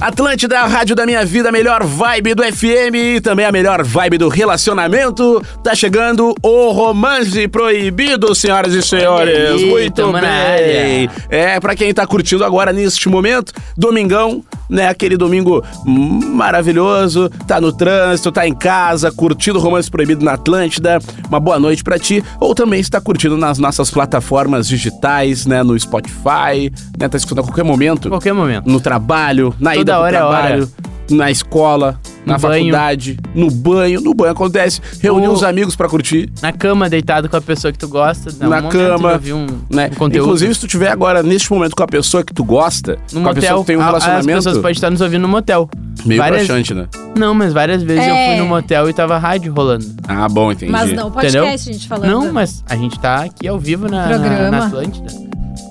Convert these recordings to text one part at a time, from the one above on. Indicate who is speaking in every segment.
Speaker 1: Atlântida, a rádio da minha vida, a melhor vibe do FM e também a melhor vibe do relacionamento. Tá chegando o romance proibido, senhoras e senhores.
Speaker 2: aí,
Speaker 1: Muito
Speaker 2: tamo na
Speaker 1: bem.
Speaker 2: área.
Speaker 1: É, pra quem tá curtindo agora neste momento, domingão, né? Aquele domingo maravilhoso, tá no trânsito, tá em casa, curtindo o romance proibido na Atlântida. Uma boa noite pra ti. Ou também se tá curtindo nas nossas plataformas digitais, né? No Spotify, né? Tá escutando a qualquer momento
Speaker 2: Qualquer momento.
Speaker 1: no trabalho, na
Speaker 2: Toda
Speaker 1: ida pro
Speaker 2: hora é
Speaker 1: trabalho, na escola,
Speaker 2: No
Speaker 1: na
Speaker 2: banho.
Speaker 1: faculdade, no banho, no banho acontece, reunir
Speaker 2: Ou-
Speaker 1: os amigos pra curtir,
Speaker 2: Na cama, deitado com a pessoa que tu gosta. dá um
Speaker 1: Na
Speaker 2: momento
Speaker 1: cama,
Speaker 2: de ouvir um,
Speaker 1: né?
Speaker 2: um conteúdo.
Speaker 1: Inclusive se tu tiver agora neste momento com a pessoa que tu gosta,
Speaker 2: no
Speaker 1: com a pessoa
Speaker 2: motel.
Speaker 1: que tem um
Speaker 2: A-
Speaker 1: relacionamento
Speaker 2: As pessoas podem estar nos ouvindo no motel.
Speaker 1: meio
Speaker 2: várias-
Speaker 1: broxante, né?
Speaker 2: Não, mas várias vezes eu
Speaker 3: É.
Speaker 2: fui no motel e tava rádio rolando.
Speaker 1: Ah, bom, entendi.
Speaker 3: Mas não, podcast,
Speaker 2: Entendeu?
Speaker 3: a gente falando.
Speaker 2: Não, mas a gente tá aqui ao vivo na, na,
Speaker 3: Programa.
Speaker 2: na Atlântida.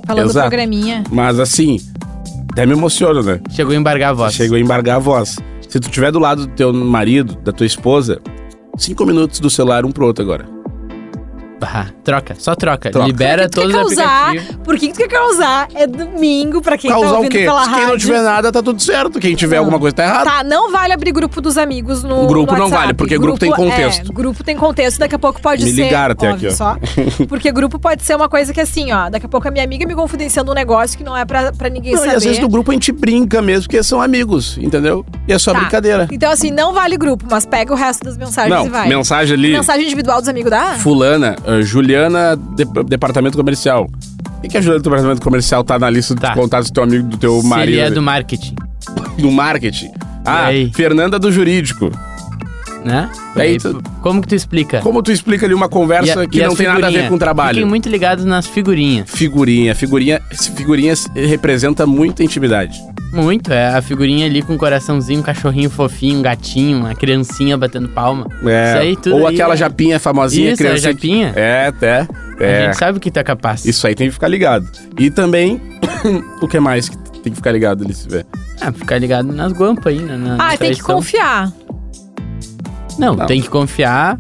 Speaker 3: Falando
Speaker 1: Exato.
Speaker 3: programinha.
Speaker 1: Mas assim, até me emociona, né?
Speaker 2: Chegou a embargar a voz.
Speaker 1: Chegou a embargar a voz. Se tu tiver do lado do teu marido, da tua esposa, cinco minutos do celular um pro outro agora.
Speaker 2: Bah, Ah, troca, só troca.
Speaker 1: Troca.
Speaker 2: Libera
Speaker 3: Por que que tu
Speaker 2: todos
Speaker 3: quer
Speaker 2: os
Speaker 3: causar?
Speaker 2: aplicativos.
Speaker 3: Por que que tu quer causar? É domingo pra quem tá
Speaker 1: Causar o
Speaker 3: ouvindo
Speaker 1: quê?
Speaker 3: pela
Speaker 1: Se quem
Speaker 3: rádio.
Speaker 1: não tiver nada, tá tudo certo. Quem tiver
Speaker 3: Não.
Speaker 1: alguma coisa tá errada.
Speaker 3: Tá, não vale abrir grupo dos amigos no.
Speaker 1: Grupo
Speaker 3: no
Speaker 1: não
Speaker 3: WhatsApp.
Speaker 1: vale, porque grupo tem contexto.
Speaker 3: É, grupo tem contexto, daqui a pouco pode
Speaker 1: Me
Speaker 3: ser.
Speaker 1: ligaram até aqui,
Speaker 3: óbvio
Speaker 1: ó.
Speaker 3: Só, porque grupo pode ser uma coisa que assim, ó. Daqui a pouco a minha amiga me confidenciando um negócio que não é pra, pra ninguém
Speaker 1: Não,
Speaker 3: saber.
Speaker 1: e às vezes no grupo a gente brinca mesmo, porque são amigos, entendeu? E é só
Speaker 3: Tá.
Speaker 1: brincadeira.
Speaker 3: Então, assim, não vale grupo, mas pega o resto das mensagens
Speaker 1: Não,
Speaker 3: e vai.
Speaker 1: mensagem ali.
Speaker 3: Mensagem individual dos amigos da.
Speaker 1: Fulana, eh, Juliana, de- departamento comercial. Por que a Juliana do departamento comercial tá na lista
Speaker 2: Tá.
Speaker 1: de contatos do teu amigo, do teu
Speaker 2: Se
Speaker 1: marido?
Speaker 2: ele é do marketing,
Speaker 1: do marketing. Ah,
Speaker 2: aí?
Speaker 1: Fernanda do jurídico.
Speaker 2: né?
Speaker 1: E aí
Speaker 2: E
Speaker 1: tu-
Speaker 2: Como que tu explica?
Speaker 1: Como tu explica ali uma conversa
Speaker 2: E a-
Speaker 1: que
Speaker 2: e
Speaker 1: não
Speaker 2: as
Speaker 1: tem nada a ver
Speaker 2: figurinhas?
Speaker 1: com o trabalho?
Speaker 2: Fiquem muito ligados nas figurinhas.
Speaker 1: Figurinha, figurinha, figurinha representa muita intimidade.
Speaker 2: Muito, é a figurinha ali com um coraçãozinho, um cachorrinho fofinho, um gatinho, uma criancinha batendo palma. Isso aí tudo
Speaker 1: Ou
Speaker 2: aí
Speaker 1: aquela
Speaker 2: é-
Speaker 1: japinha famosinha,
Speaker 2: Isso,
Speaker 1: criança.
Speaker 2: a japinha.
Speaker 1: É, até.
Speaker 2: A
Speaker 1: É.
Speaker 2: gente sabe que tu é capaz.
Speaker 1: Isso aí tem que ficar ligado. E também, o que mais que tem que ficar ligado ali se vê?
Speaker 2: Ah, ficar ligado nas guampas aí, né? na-
Speaker 3: Ah,
Speaker 2: na
Speaker 3: tem que
Speaker 2: traição.
Speaker 3: confiar.
Speaker 2: Não,
Speaker 1: Não.
Speaker 2: tem que confiar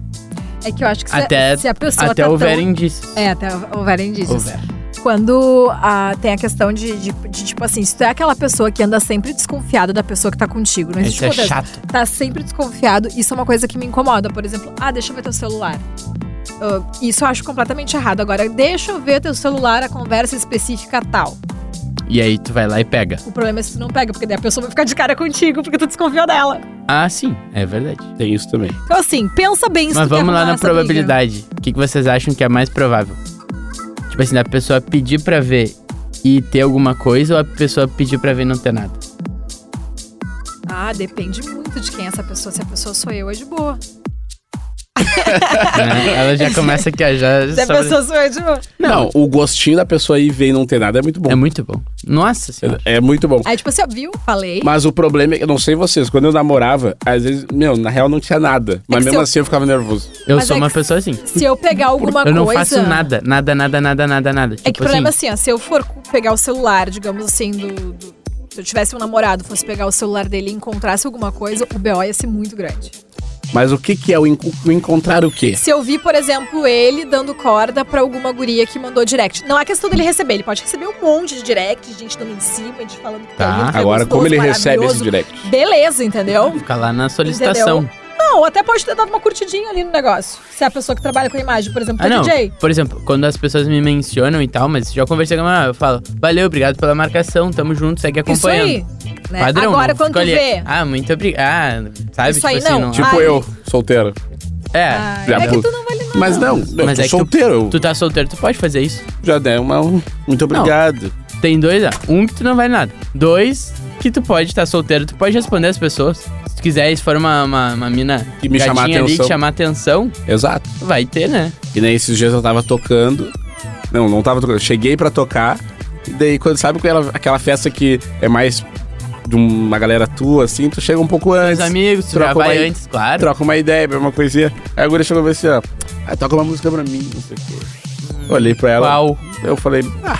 Speaker 3: É que eu acho que se,
Speaker 2: Até-
Speaker 3: se a pessoa
Speaker 2: até
Speaker 3: tá
Speaker 2: houver
Speaker 3: tão...
Speaker 2: indícios.
Speaker 3: É, até houver indícios.
Speaker 2: Houver.
Speaker 3: Quando ah, tem a questão de, de- de, tipo assim, se tu é aquela pessoa que anda sempre desconfiado da pessoa que tá contigo, não existe
Speaker 2: Isso é
Speaker 3: modéstia.
Speaker 2: chato.
Speaker 3: Tá sempre desconfiado, isso é uma coisa que me incomoda. Por exemplo, ah, deixa eu ver teu celular. Ah, isso eu acho completamente errado. Agora, deixa eu ver teu celular, a conversa específica tal.
Speaker 2: E aí tu vai lá e pega.
Speaker 3: O problema é se tu não pega, porque daí a pessoa vai ficar de cara contigo, porque tu desconfiou dela.
Speaker 2: Ah, sim, é verdade.
Speaker 1: Tem isso também.
Speaker 3: Então, assim, pensa bem se
Speaker 2: Mas
Speaker 3: tu quer
Speaker 2: vamos lá
Speaker 3: arrumar
Speaker 2: na
Speaker 3: essa briga.
Speaker 2: probabilidade. O que, que vocês acham que é mais provável? Tipo assim, da pessoa pedir pra ver e ter alguma coisa ou a pessoa pedir pra ver e não ter nada?
Speaker 3: Ah, depende muito de quem é essa pessoa. Se a pessoa sou eu, é de boa.
Speaker 2: Né? Ela já começa aqui, ó, já.
Speaker 3: Se a
Speaker 2: sobre-
Speaker 3: pessoa sou eu, é de boa.
Speaker 1: Não, o gostinho da pessoa aí ver e não ter nada é muito bom.
Speaker 2: É muito bom. Nossa senhora.
Speaker 1: É, é muito bom.
Speaker 3: Aí, tipo assim, ó, viu? Falei.
Speaker 1: Mas o problema é que, eu não sei vocês, quando eu namorava, às vezes, meu, na real não tinha nada. Mas
Speaker 3: É que
Speaker 1: mesmo
Speaker 3: se eu-
Speaker 1: assim eu ficava nervoso.
Speaker 2: Eu
Speaker 3: Mas
Speaker 2: sou
Speaker 3: é
Speaker 2: uma
Speaker 3: que-
Speaker 2: pessoa assim.
Speaker 3: Se eu pegar alguma
Speaker 2: eu não
Speaker 3: coisa.
Speaker 2: faço nada, nada, nada, nada, nada, nada.
Speaker 3: É que o
Speaker 2: Tipo
Speaker 3: problema é
Speaker 2: assim,
Speaker 3: assim, ó, se eu for pegar o celular, digamos assim, do. do- se eu tivesse um namorado, fosse pegar o celular dele e encontrasse alguma coisa, o BO ia ser muito grande.
Speaker 1: Mas o que que é o, en- o encontrar o quê?
Speaker 3: Se eu vi, por exemplo, ele dando corda pra alguma guria que mandou direct. Não é questão dele receber, ele pode receber um monte de direct, de gente dando em cima, de falando que
Speaker 2: Tá.
Speaker 3: ouvindo, que é
Speaker 1: Agora, como
Speaker 3: gostoso,
Speaker 1: ele recebe esse
Speaker 3: maravilhoso.
Speaker 1: direct?
Speaker 3: Beleza, é entendeu? Tá
Speaker 2: Fica lá na solicitação.
Speaker 3: Não, ou até pode ter dado uma curtidinha ali no negócio. Se é a pessoa que trabalha com a imagem, por exemplo,
Speaker 2: Ah,
Speaker 3: tem
Speaker 2: não.
Speaker 3: DJ.
Speaker 2: Por exemplo, quando as pessoas me mencionam e tal, mas já conversei com ela, eu falo, valeu, obrigado pela marcação, tamo junto, segue
Speaker 3: Isso
Speaker 2: acompanhando.
Speaker 3: aí. Né?
Speaker 2: Padrão,
Speaker 3: Agora,
Speaker 2: não fico
Speaker 3: quando tu
Speaker 2: ali,
Speaker 3: vê.
Speaker 2: Ah, muito obrigado. Ah, sabe?
Speaker 3: Isso
Speaker 2: tipo
Speaker 3: aí
Speaker 2: assim,
Speaker 3: não.
Speaker 1: Tipo
Speaker 3: Ai.
Speaker 1: eu, solteiro.
Speaker 2: É.
Speaker 3: Ai,
Speaker 1: Já
Speaker 3: é
Speaker 1: pô-
Speaker 3: que tu não vale nada.
Speaker 1: Mas não, eu
Speaker 2: Mas
Speaker 1: tô
Speaker 2: é que tu-
Speaker 1: solteiro.
Speaker 2: Tu tá solteiro, tu pode fazer isso.
Speaker 1: eu Já dei uma. um Muito obrigado.
Speaker 2: Tem dois, ah, um que tu não vai nada. Dois, que tu pode estar solteiro, tu pode responder as pessoas. Se tu quiser, se for uma, uma, uma mina
Speaker 1: Que me chamar
Speaker 2: gatinha ali,
Speaker 1: atenção.
Speaker 2: que chamar atenção,
Speaker 1: Exato.
Speaker 2: vai ter, né?
Speaker 1: E nem esses dias eu tava tocando. Não, não tava tocando. Cheguei pra tocar. E daí, quando sabe aquela, aquela festa que é mais de uma galera tua, assim, tu chega um pouco
Speaker 2: Os
Speaker 1: antes.
Speaker 2: amigos, tu já
Speaker 1: troca
Speaker 2: vai
Speaker 1: uma-
Speaker 2: antes, claro.
Speaker 1: Troca uma ideia, bebe uma coisinha. Aí a guria chegou e falou assim, ó. Ah, toca uma música pra mim, não sei o quê. Olhei pra ela.
Speaker 2: Qual?
Speaker 1: Eu falei, ah,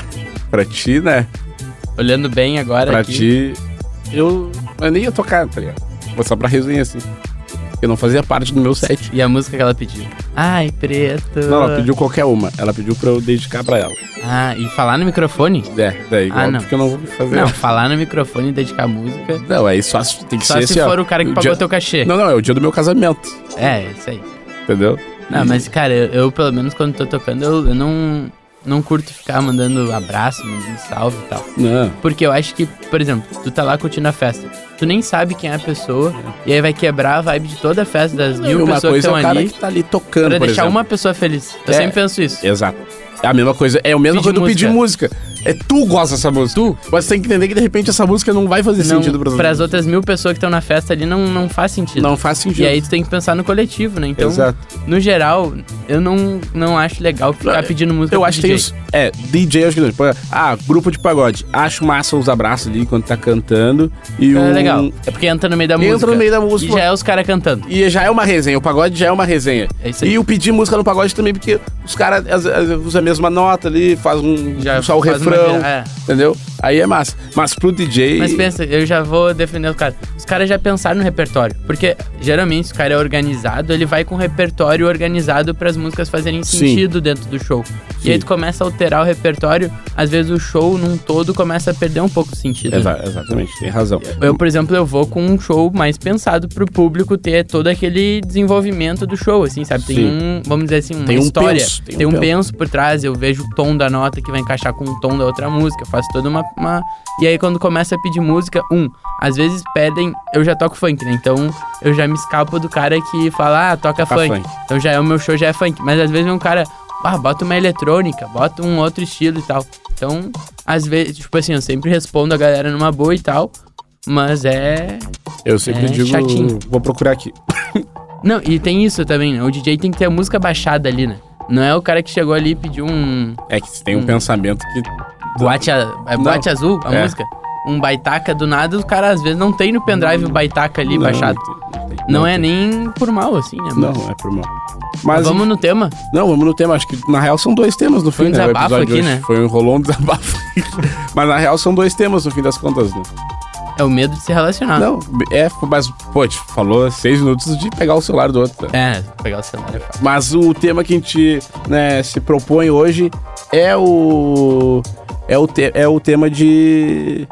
Speaker 1: pra ti, né?
Speaker 2: Olhando bem agora
Speaker 1: Pra ti.
Speaker 2: aqui.
Speaker 1: Eu, eu nem ia tocar, tá ligado? Mas só pra resenha, assim. Eu não fazia parte do meu set.
Speaker 2: E a música que ela pediu. Ai, preto.
Speaker 1: Não, ela pediu qualquer uma. Ela pediu pra eu dedicar pra ela.
Speaker 2: Ah, e falar no microfone?
Speaker 1: É, daí
Speaker 2: Ah, não.
Speaker 1: óbvio que eu não vou fazer.
Speaker 2: Não, falar no microfone e dedicar música.
Speaker 1: Não, aí só se- tem que
Speaker 2: Só
Speaker 1: ser
Speaker 2: se
Speaker 1: assim, ó,
Speaker 2: for o cara que pagou
Speaker 1: dia...
Speaker 2: teu cachê.
Speaker 1: Não, não, é o dia do meu casamento,
Speaker 2: É, isso aí.
Speaker 1: entendeu?
Speaker 2: Não, mas cara, eu, eu, pelo menos quando tô tocando, eu, eu não, não curto ficar mandando abraço, mandando salve e tal.
Speaker 1: Não.
Speaker 2: Porque eu acho que, por exemplo, tu tá lá curtindo a festa, tu nem sabe quem é a pessoa, e aí vai quebrar a vibe de toda a festa, das mil
Speaker 1: uma
Speaker 2: pessoas que
Speaker 1: coisa é
Speaker 2: estão
Speaker 1: o cara
Speaker 2: ali,
Speaker 1: que tá ali tocando,
Speaker 2: pra
Speaker 1: por
Speaker 2: deixar
Speaker 1: exemplo.
Speaker 2: uma pessoa feliz. Eu
Speaker 1: É.
Speaker 2: sempre penso isso.
Speaker 1: Exato. É a mesma coisa, é a mesma
Speaker 2: Pedir
Speaker 1: coisa do pedir música. É tu gosta dessa música. Tu. Mas tem que entender que de repente essa música não vai fazer
Speaker 2: Não,
Speaker 1: sentido pra
Speaker 2: pras outras mil pessoas que estão na festa ali, não, não faz sentido.
Speaker 1: Não faz sentido.
Speaker 2: E aí tu tem que pensar no coletivo, né? Então,
Speaker 1: Exato.
Speaker 2: no geral, eu não, não acho legal ficar
Speaker 1: Não,
Speaker 2: pedindo música
Speaker 1: Eu
Speaker 2: pro
Speaker 1: acho que tem
Speaker 2: DJ.
Speaker 1: os. É, DJ, eu acho que não. Tipo, ah, grupo de pagode. Acho massa os abraços ali quando tá cantando. E um-
Speaker 2: É legal. É porque entra no meio da
Speaker 1: Entra
Speaker 2: música.
Speaker 1: no meio da música.
Speaker 2: E já é os caras cantando.
Speaker 1: E já é uma resenha, o pagode já é uma resenha.
Speaker 2: É isso aí.
Speaker 1: E o pedir música no pagode também, porque os caras as- as- usam a mesma nota ali, faz um
Speaker 2: Já
Speaker 1: só o
Speaker 2: faz uma
Speaker 1: refrão.
Speaker 2: gira- é.
Speaker 1: Entendeu? Aí é massa. Mas pro DJ.
Speaker 2: Mas pensa, eu já vou defender o cara. Os caras já pensaram no repertório. Porque geralmente, se o cara é organizado, ele vai com um repertório organizado para as músicas fazerem
Speaker 1: Sim.
Speaker 2: sentido dentro do show. E aí
Speaker 1: Sim.
Speaker 2: tu começa a alterar o repertório, às vezes o show num todo começa a perder um pouco o sentido. né?
Speaker 1: Exa- exatamente, tem razão.
Speaker 2: Eu, por exemplo, eu vou com um show mais pensado pro público ter todo aquele desenvolvimento do show, assim, sabe? Tem
Speaker 1: Sim.
Speaker 2: um, vamos dizer assim, uma
Speaker 1: Tem um
Speaker 2: história.
Speaker 1: penso,
Speaker 2: tem, um penso. por trás, eu vejo o tom da nota que vai encaixar com o tom da outra música, eu faço toda uma, uma- E aí quando começa a pedir música, um, às vezes pedem... Eu já toco funk, né? Então eu já me escapo do cara que fala, ah, toca
Speaker 1: Toca
Speaker 2: funk.
Speaker 1: funk.
Speaker 2: Então já é o meu show, já é funk. Mas às vezes é um cara... Ah, bota uma eletrônica, bota um outro estilo e tal. Então, às vezes, tipo assim, eu sempre respondo a galera numa boa e tal. Mas é.
Speaker 1: Eu sempre
Speaker 2: É
Speaker 1: digo.
Speaker 2: chatinho.
Speaker 1: Vou procurar aqui.
Speaker 2: Não, e tem isso também, né? O DJ tem que ter a música baixada ali, né? Não é o cara que chegou ali e pediu um.
Speaker 1: É que tem um pensamento que.
Speaker 2: Boate, a... é
Speaker 1: Não.
Speaker 2: boate azul, a
Speaker 1: É.
Speaker 2: música. Um baitaca do nada, o cara às vezes não tem no pendrive o baitaca ali
Speaker 1: Não,
Speaker 2: baixado.
Speaker 1: não tem-
Speaker 2: Não,
Speaker 1: não
Speaker 2: é
Speaker 1: tem.
Speaker 2: nem por mal, assim, né?
Speaker 1: Não,
Speaker 2: Mas-
Speaker 1: é por mal. Mas.
Speaker 2: Vamos no tema?
Speaker 1: Não, vamos no tema. Acho que na real são dois temas no fim,
Speaker 2: Foi um
Speaker 1: né? O
Speaker 2: desabafo
Speaker 1: episódio de
Speaker 2: aqui,
Speaker 1: hoje
Speaker 2: né?
Speaker 1: Foi um rolou um desabafo. mas na real são dois temas no fim das contas, né?
Speaker 2: É o medo de se relacionar.
Speaker 1: Não, é, mas, pô, te falou seis minutos de pegar o celular do outro. né?
Speaker 2: É, pegar o celular é fácil.
Speaker 1: Mas o tema que a gente né, se propõe hoje é o. É o, te- é o tema de.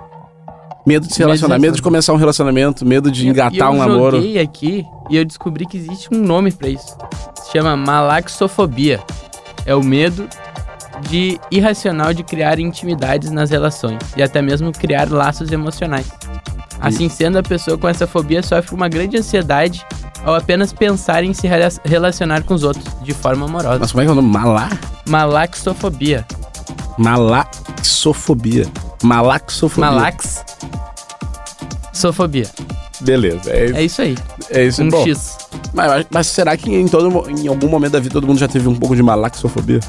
Speaker 1: Medo de se
Speaker 2: Medo
Speaker 1: relacionar,
Speaker 2: de
Speaker 1: medo de começar um relacionamento, medo de engatar
Speaker 2: eu
Speaker 1: um namoro.
Speaker 2: joguei aqui e eu descobri que existe um nome pra isso. Se chama malaxofobia. É o medo de irracional de criar intimidades nas relações e até mesmo criar laços emocionais. Assim sendo, a pessoa com essa fobia sofre uma grande ansiedade ao apenas pensar em se rela- relacionar com os outros de forma amorosa.
Speaker 1: Nossa, como é que é o nome? Malá?
Speaker 2: Malaxofobia.
Speaker 1: Malaxofobia. Malaxofobia.
Speaker 2: Malax. Sofobia.
Speaker 1: Beleza, é,
Speaker 2: É isso aí.
Speaker 1: é isso.
Speaker 2: Um
Speaker 1: Bom,
Speaker 2: X.
Speaker 1: Mas, mas será que em, todo, mo- em algum momento da vida todo mundo já teve um pouco de malaxofobia?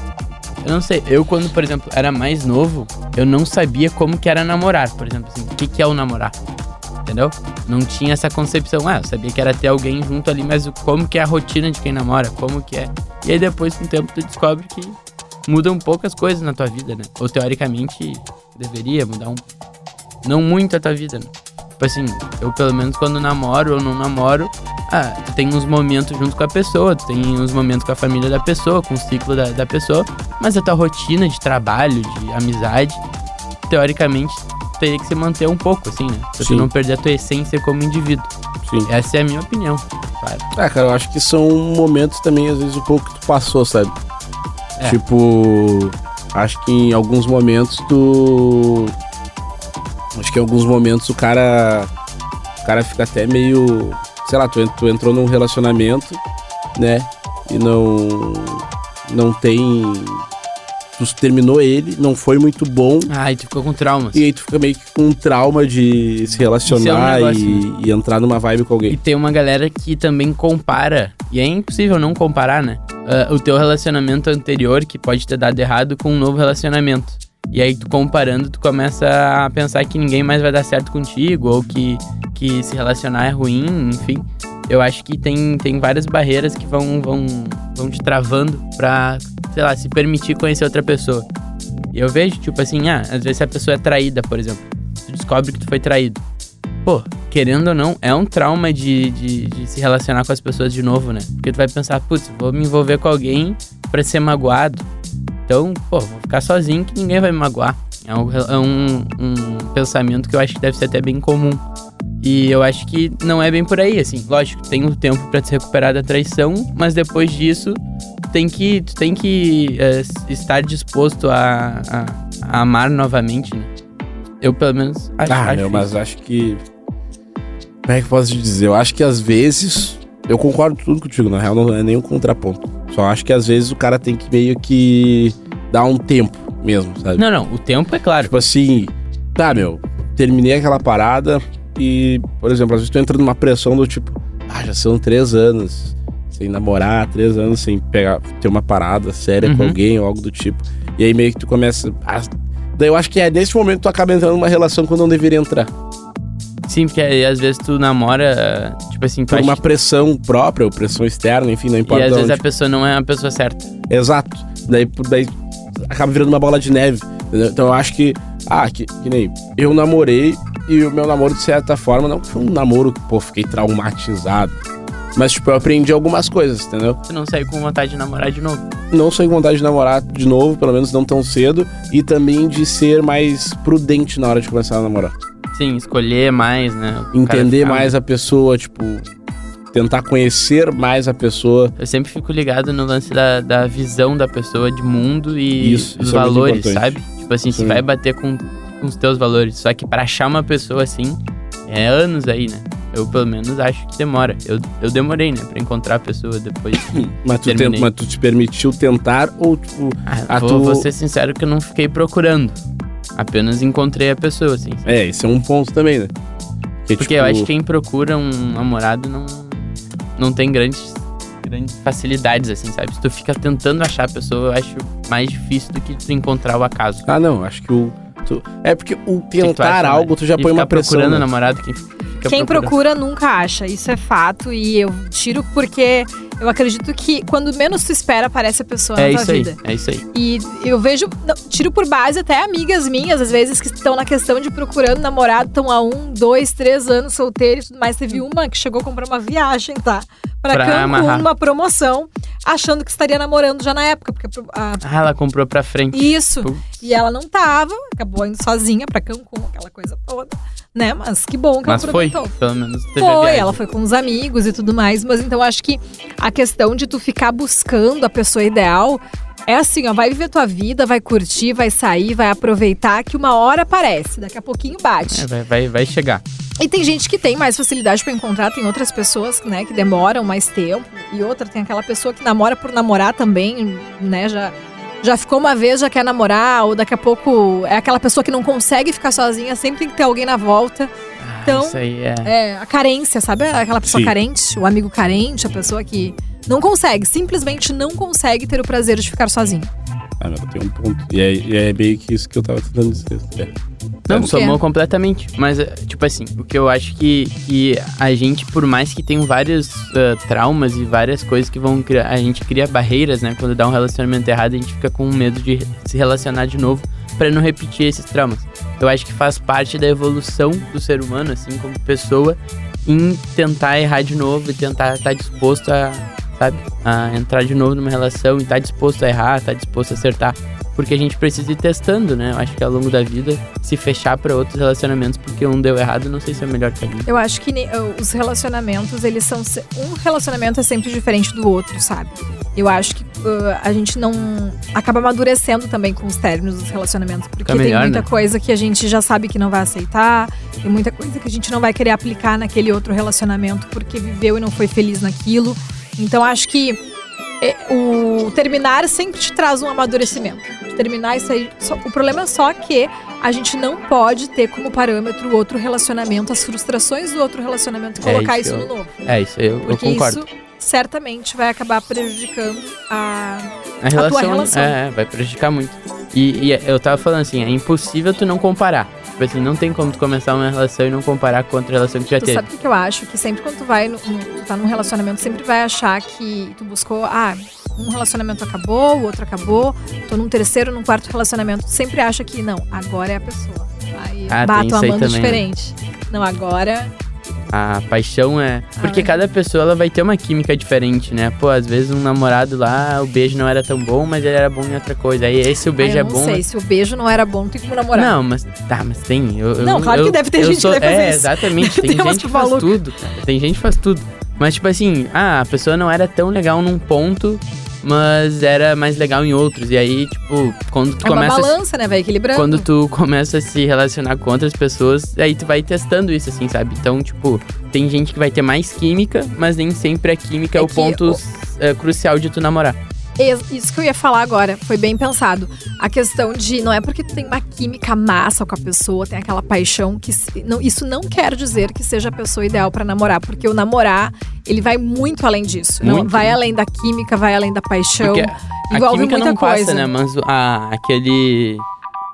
Speaker 2: Eu não sei, eu quando, por exemplo, era mais novo, eu não sabia como que era namorar, por exemplo, assim, o que que é o namorar, entendeu? Não tinha essa concepção, ah, eu sabia que era ter alguém junto ali, mas o- como que é a rotina de quem namora, como que é... E aí depois, com o tempo, tu descobre que mudam poucas coisas na tua vida, né? Ou teoricamente, deveria mudar um... Não muito a tua vida, né? Tipo assim, eu pelo menos quando namoro ou não namoro, ah, tu tem uns momentos junto com a pessoa, tu tem uns momentos com a família da pessoa, com o ciclo da, da pessoa, mas a tua rotina de trabalho, de amizade, teoricamente teria que se manter um pouco, assim, né? Pra tu
Speaker 1: Sim.
Speaker 2: não perder a tua essência como indivíduo.
Speaker 1: Sim.
Speaker 2: Essa é a minha opinião, claro.
Speaker 1: Ah, cara, eu acho que são momentos também, às vezes, um pouco que tu passou, sabe?
Speaker 2: É.
Speaker 1: Tipo, acho que em alguns momentos tu. Acho que em alguns momentos o cara. O cara fica até meio. Sei lá, tu, en- tu entrou num relacionamento, né? E não. Não tem. Tu terminou ele, não foi muito bom.
Speaker 2: Ai, tu ficou com traumas.
Speaker 1: E
Speaker 2: E,
Speaker 1: aí tu fica meio que com um trauma de se relacionar
Speaker 2: Isso é um negócio,
Speaker 1: e, e entrar numa vibe com alguém.
Speaker 2: tem uma galera que também compara, e é impossível não comparar, né? Ah, o teu relacionamento anterior, que pode ter dado errado, com um novo relacionamento. E aí, tu comparando, tu começa a pensar que ninguém mais vai dar certo contigo, ou que, que se relacionar é ruim, enfim. Eu acho que tem, tem várias barreiras que vão, vão, vão te travando pra, sei lá, se permitir conhecer outra pessoa. E eu vejo, tipo assim, ah, às vezes se a pessoa é traída, por exemplo. Tu descobre que tu foi traído. Pô, querendo ou não, é um trauma de, de, de se relacionar com as pessoas de novo, né? Porque tu vai pensar, putz, vou me envolver com alguém pra ser magoado. Então, pô, vou ficar sozinho que ninguém vai me magoar. É um, é um, um pensamento que eu acho que deve ser até bem comum. E eu acho que não é bem por aí, assim. Lógico, tem um tempo pra se recuperar da traição, mas depois disso, tem que, tu tem que é, s- estar disposto a, a, a amar novamente, né? Eu, pelo menos, acho,
Speaker 1: Ah,
Speaker 2: acho
Speaker 1: meu,
Speaker 2: isso.
Speaker 1: mas acho que. Como é que eu posso te dizer? Eu acho que às vezes. Eu concordo tudo contigo, na real, não é nenhum contraponto. Só acho que às vezes o cara tem que meio que dar um tempo mesmo, sabe?
Speaker 2: Não, não, o tempo é claro.
Speaker 1: Tipo assim, tá, meu, terminei aquela parada e, por exemplo, às vezes tu entra numa pressão do tipo, ah, já são três anos sem namorar, três anos sem pegar, ter uma parada séria com
Speaker 2: Uhum.
Speaker 1: alguém ou algo do tipo. E aí meio que tu começa. a- Daí eu acho que é nesse momento que tu acaba entrando numa relação quando não deveria entrar.
Speaker 2: Sim, porque aí, às vezes tu namora, tipo assim, tu
Speaker 1: Por
Speaker 2: acha
Speaker 1: uma
Speaker 2: que-
Speaker 1: pressão própria ou pressão externa, enfim, não
Speaker 2: E
Speaker 1: importa.
Speaker 2: às
Speaker 1: de
Speaker 2: vezes a
Speaker 1: onde.
Speaker 2: pessoa não é a pessoa certa.
Speaker 1: Exato. Daí, por- daí acaba virando uma bola de neve. entendeu? Então eu acho que. Ah, que, que nem. Eu namorei e o meu namoro, de certa forma, não foi um namoro que, pô, fiquei traumatizado. Mas, tipo, eu aprendi algumas coisas, entendeu?
Speaker 2: Tu não saiu com vontade de namorar de novo.
Speaker 1: Não sou com vontade de namorar de novo, pelo menos não tão cedo. E também de ser mais prudente na hora de começar a namorar.
Speaker 2: Sim, escolher mais, né? o cara
Speaker 1: Entender
Speaker 2: ficar-
Speaker 1: mais a pessoa, tipo. Tentar conhecer mais a pessoa.
Speaker 2: Eu sempre fico ligado no lance da, da visão da pessoa de mundo e
Speaker 1: Isso,
Speaker 2: dos
Speaker 1: isso é muito
Speaker 2: valores,
Speaker 1: importante.
Speaker 2: sabe? Tipo assim, se
Speaker 1: Sim.
Speaker 2: vai bater com, com os teus valores. Só que pra achar uma pessoa assim, é anos aí, né? Eu pelo menos acho que demora. Eu, eu demorei, né, pra encontrar a pessoa depois.
Speaker 1: Mas tu,
Speaker 2: Terminei.
Speaker 1: ten- mas tu te permitiu tentar ou, tipo.
Speaker 2: ah,
Speaker 1: Ah,
Speaker 2: vou,
Speaker 1: tu-
Speaker 2: vou ser sincero que eu não fiquei procurando. Apenas encontrei a pessoa, assim.
Speaker 1: É, esse é um ponto também, né? tipo, Que,
Speaker 2: Porque eu acho que quem procura um namorado não, não tem grandes, grandes facilidades, assim, sabe? Se tu fica tentando achar a pessoa, eu acho mais difícil do que tu encontrar o acaso.
Speaker 1: Ah, não, acho que o. tu- É porque o
Speaker 2: O que que tu
Speaker 1: tentar
Speaker 2: acha,
Speaker 1: algo,
Speaker 2: Mari?
Speaker 1: tu já
Speaker 2: Quem
Speaker 1: põe
Speaker 2: fica
Speaker 1: uma pressão.
Speaker 2: procurando
Speaker 1: né?
Speaker 2: namorado, quem fica
Speaker 3: Quem
Speaker 2: procurando-
Speaker 3: procura nunca acha, isso é fato. E eu tiro porque eu acredito que quando menos tu espera, aparece a pessoa
Speaker 2: É
Speaker 3: na tua
Speaker 2: isso aí,
Speaker 3: vida.
Speaker 2: é isso aí.
Speaker 3: E eu vejo, não, tiro por base até amigas minhas, às vezes, que estão na questão de procurando namorado, estão há um, dois, três anos solteiros e tudo mais. Teve uma que chegou a comprar uma viagem, tá? Pra,
Speaker 2: Hum. Pra
Speaker 3: Cancún,
Speaker 2: amarrar.
Speaker 3: uma promoção, achando que estaria namorando já na época, porque a-
Speaker 2: Ah, ela comprou pra frente.
Speaker 3: isso.
Speaker 2: Putz.
Speaker 3: E ela não tava, acabou indo sozinha pra Cancún, aquela coisa toda, né? Mas que bom que
Speaker 2: Mas
Speaker 3: ela
Speaker 2: foi,
Speaker 3: aproveitou.
Speaker 2: pelo menos teve a
Speaker 3: Foi,
Speaker 2: viagem.
Speaker 3: ela foi com os amigos e tudo mais, mas então acho que a questão de tu ficar buscando a pessoa ideal é assim, ó, vai viver tua vida, vai curtir, vai sair, vai aproveitar que uma hora aparece, daqui a pouquinho bate.
Speaker 2: É, vai, vai, vai chegar.
Speaker 3: E tem gente que tem mais facilidade pra encontrar, tem outras pessoas, né, que demoram mais tempo. E outra, tem aquela pessoa que namora por namorar também, né, já, já ficou uma vez, já quer namorar, ou daqui a pouco é aquela pessoa que não consegue ficar sozinha, sempre tem que ter alguém na volta.
Speaker 2: Ah,
Speaker 3: Então,
Speaker 2: isso aí é...
Speaker 3: É, a carência, sabe? Aquela pessoa
Speaker 1: Sim.
Speaker 3: carente, o amigo carente, a pessoa que não consegue, simplesmente não consegue ter o prazer de ficar sozinho.
Speaker 1: Ah, não, tem um ponto. E é, e é meio que isso que eu tava tentando dizer. É.
Speaker 2: Não,
Speaker 3: Sabe o
Speaker 2: somou
Speaker 3: quê?
Speaker 2: completamente. Mas, é, tipo assim, o que eu acho que, que a gente, por mais que tenha vários ah, traumas e várias coisas que vão criar. A gente cria barreiras, né? Quando dá um relacionamento errado, a gente fica com medo de se relacionar de novo pra não repetir esses traumas. Eu acho que faz parte da evolução do ser humano, assim, como pessoa, em tentar errar de novo e tentar estar disposto a, sabe, a entrar de novo numa relação e estar disposto a errar, estar disposto a acertar. Porque a gente precisa ir testando, né? Eu acho que ao longo da vida, se fechar pra outros relacionamentos porque um deu errado, não sei se é o melhor caminho.
Speaker 3: Eu acho que ne- eh, os relacionamentos, eles são. se- Um relacionamento é sempre diferente do outro, sabe? Eu acho que eh, a gente não. acaba amadurecendo também com os términos dos relacionamentos. Porque
Speaker 2: Fica melhor,
Speaker 3: tem muita
Speaker 2: né?
Speaker 3: coisa que a gente já sabe que não vai aceitar, tem muita coisa que a gente não vai querer aplicar naquele outro relacionamento porque viveu e não foi feliz naquilo. Então acho que eh, o terminar sempre te traz um amadurecimento. Terminar isso aí. só- o problema é só que a gente não pode ter como parâmetro o outro relacionamento, as frustrações do outro relacionamento e
Speaker 2: É
Speaker 3: colocar
Speaker 2: isso
Speaker 3: isso
Speaker 2: que
Speaker 3: no novo.
Speaker 2: É isso, eu, eu
Speaker 3: Porque
Speaker 2: concordo.
Speaker 3: isso certamente vai acabar prejudicando a.
Speaker 2: A relação,
Speaker 3: relação.
Speaker 2: É, é, vai prejudicar muito. E, e eu tava falando assim, é impossível tu não comparar. Tipo assim, não tem como tu começar uma relação e não comparar com outra relação que tu já
Speaker 3: Tu
Speaker 2: teve.
Speaker 3: sabe o que que eu acho? Que sempre quando tu vai no, no- tu tá num relacionamento, sempre vai achar que tu buscou, ah, um relacionamento acabou, o outro acabou, tô num terceiro, num quarto relacionamento. Tu sempre acha que não, agora é a pessoa. Aí
Speaker 2: Ah, tem
Speaker 3: bato
Speaker 2: isso aí também,
Speaker 3: amando
Speaker 2: né?
Speaker 3: diferente. Não, agora
Speaker 2: a paixão é. Porque
Speaker 3: Ah.
Speaker 2: cada pessoa ela vai ter uma química diferente, né? Pô, às vezes um namorado lá, o beijo não era tão bom, mas ele era bom em outra coisa. Aí esse o beijo
Speaker 3: Ah,
Speaker 2: é
Speaker 3: eu
Speaker 2: bom.
Speaker 3: Não sei, se o beijo não era bom, não tem como namorar.
Speaker 2: Não, mas tá, mas tem. Eu, eu
Speaker 3: Não, claro que
Speaker 2: eu-
Speaker 3: deve ter
Speaker 2: eu
Speaker 3: gente que
Speaker 2: sou-
Speaker 3: deve fazer
Speaker 2: é,
Speaker 3: isso.
Speaker 2: Exatamente,
Speaker 3: Deve
Speaker 2: tem
Speaker 3: ter umas
Speaker 2: gente que faz
Speaker 3: malucas.
Speaker 2: tudo, cara. Tem gente que faz tudo. Mas tipo assim, ah, a pessoa não era tão legal num ponto, mas era mais legal em outros. E aí, tipo, quando tu
Speaker 3: é uma
Speaker 2: começa. a se-
Speaker 3: balança, né? Vai equilibrando.
Speaker 2: Quando tu começa a se relacionar com outras pessoas, aí tu vai testando isso, assim, sabe? Então, tipo, tem gente que vai ter mais química, mas nem sempre a química é,
Speaker 3: É
Speaker 2: o
Speaker 3: que
Speaker 2: ponto
Speaker 3: o-
Speaker 2: eh, crucial de tu namorar.
Speaker 3: Ex- Isso que eu ia falar agora, foi bem pensado. A questão de não é porque tu tem uma química massa com a pessoa, tem aquela paixão que se- não, isso não quer dizer que seja a pessoa ideal pra namorar, porque o namorar, ele vai muito além disso. Não,
Speaker 2: Muito,
Speaker 3: vai
Speaker 2: né?
Speaker 3: além da química, vai além da paixão.
Speaker 2: Porque a
Speaker 3: envolve
Speaker 2: química
Speaker 3: muita
Speaker 2: não passa,
Speaker 3: coisa.
Speaker 2: né? Mas o- a, aquele.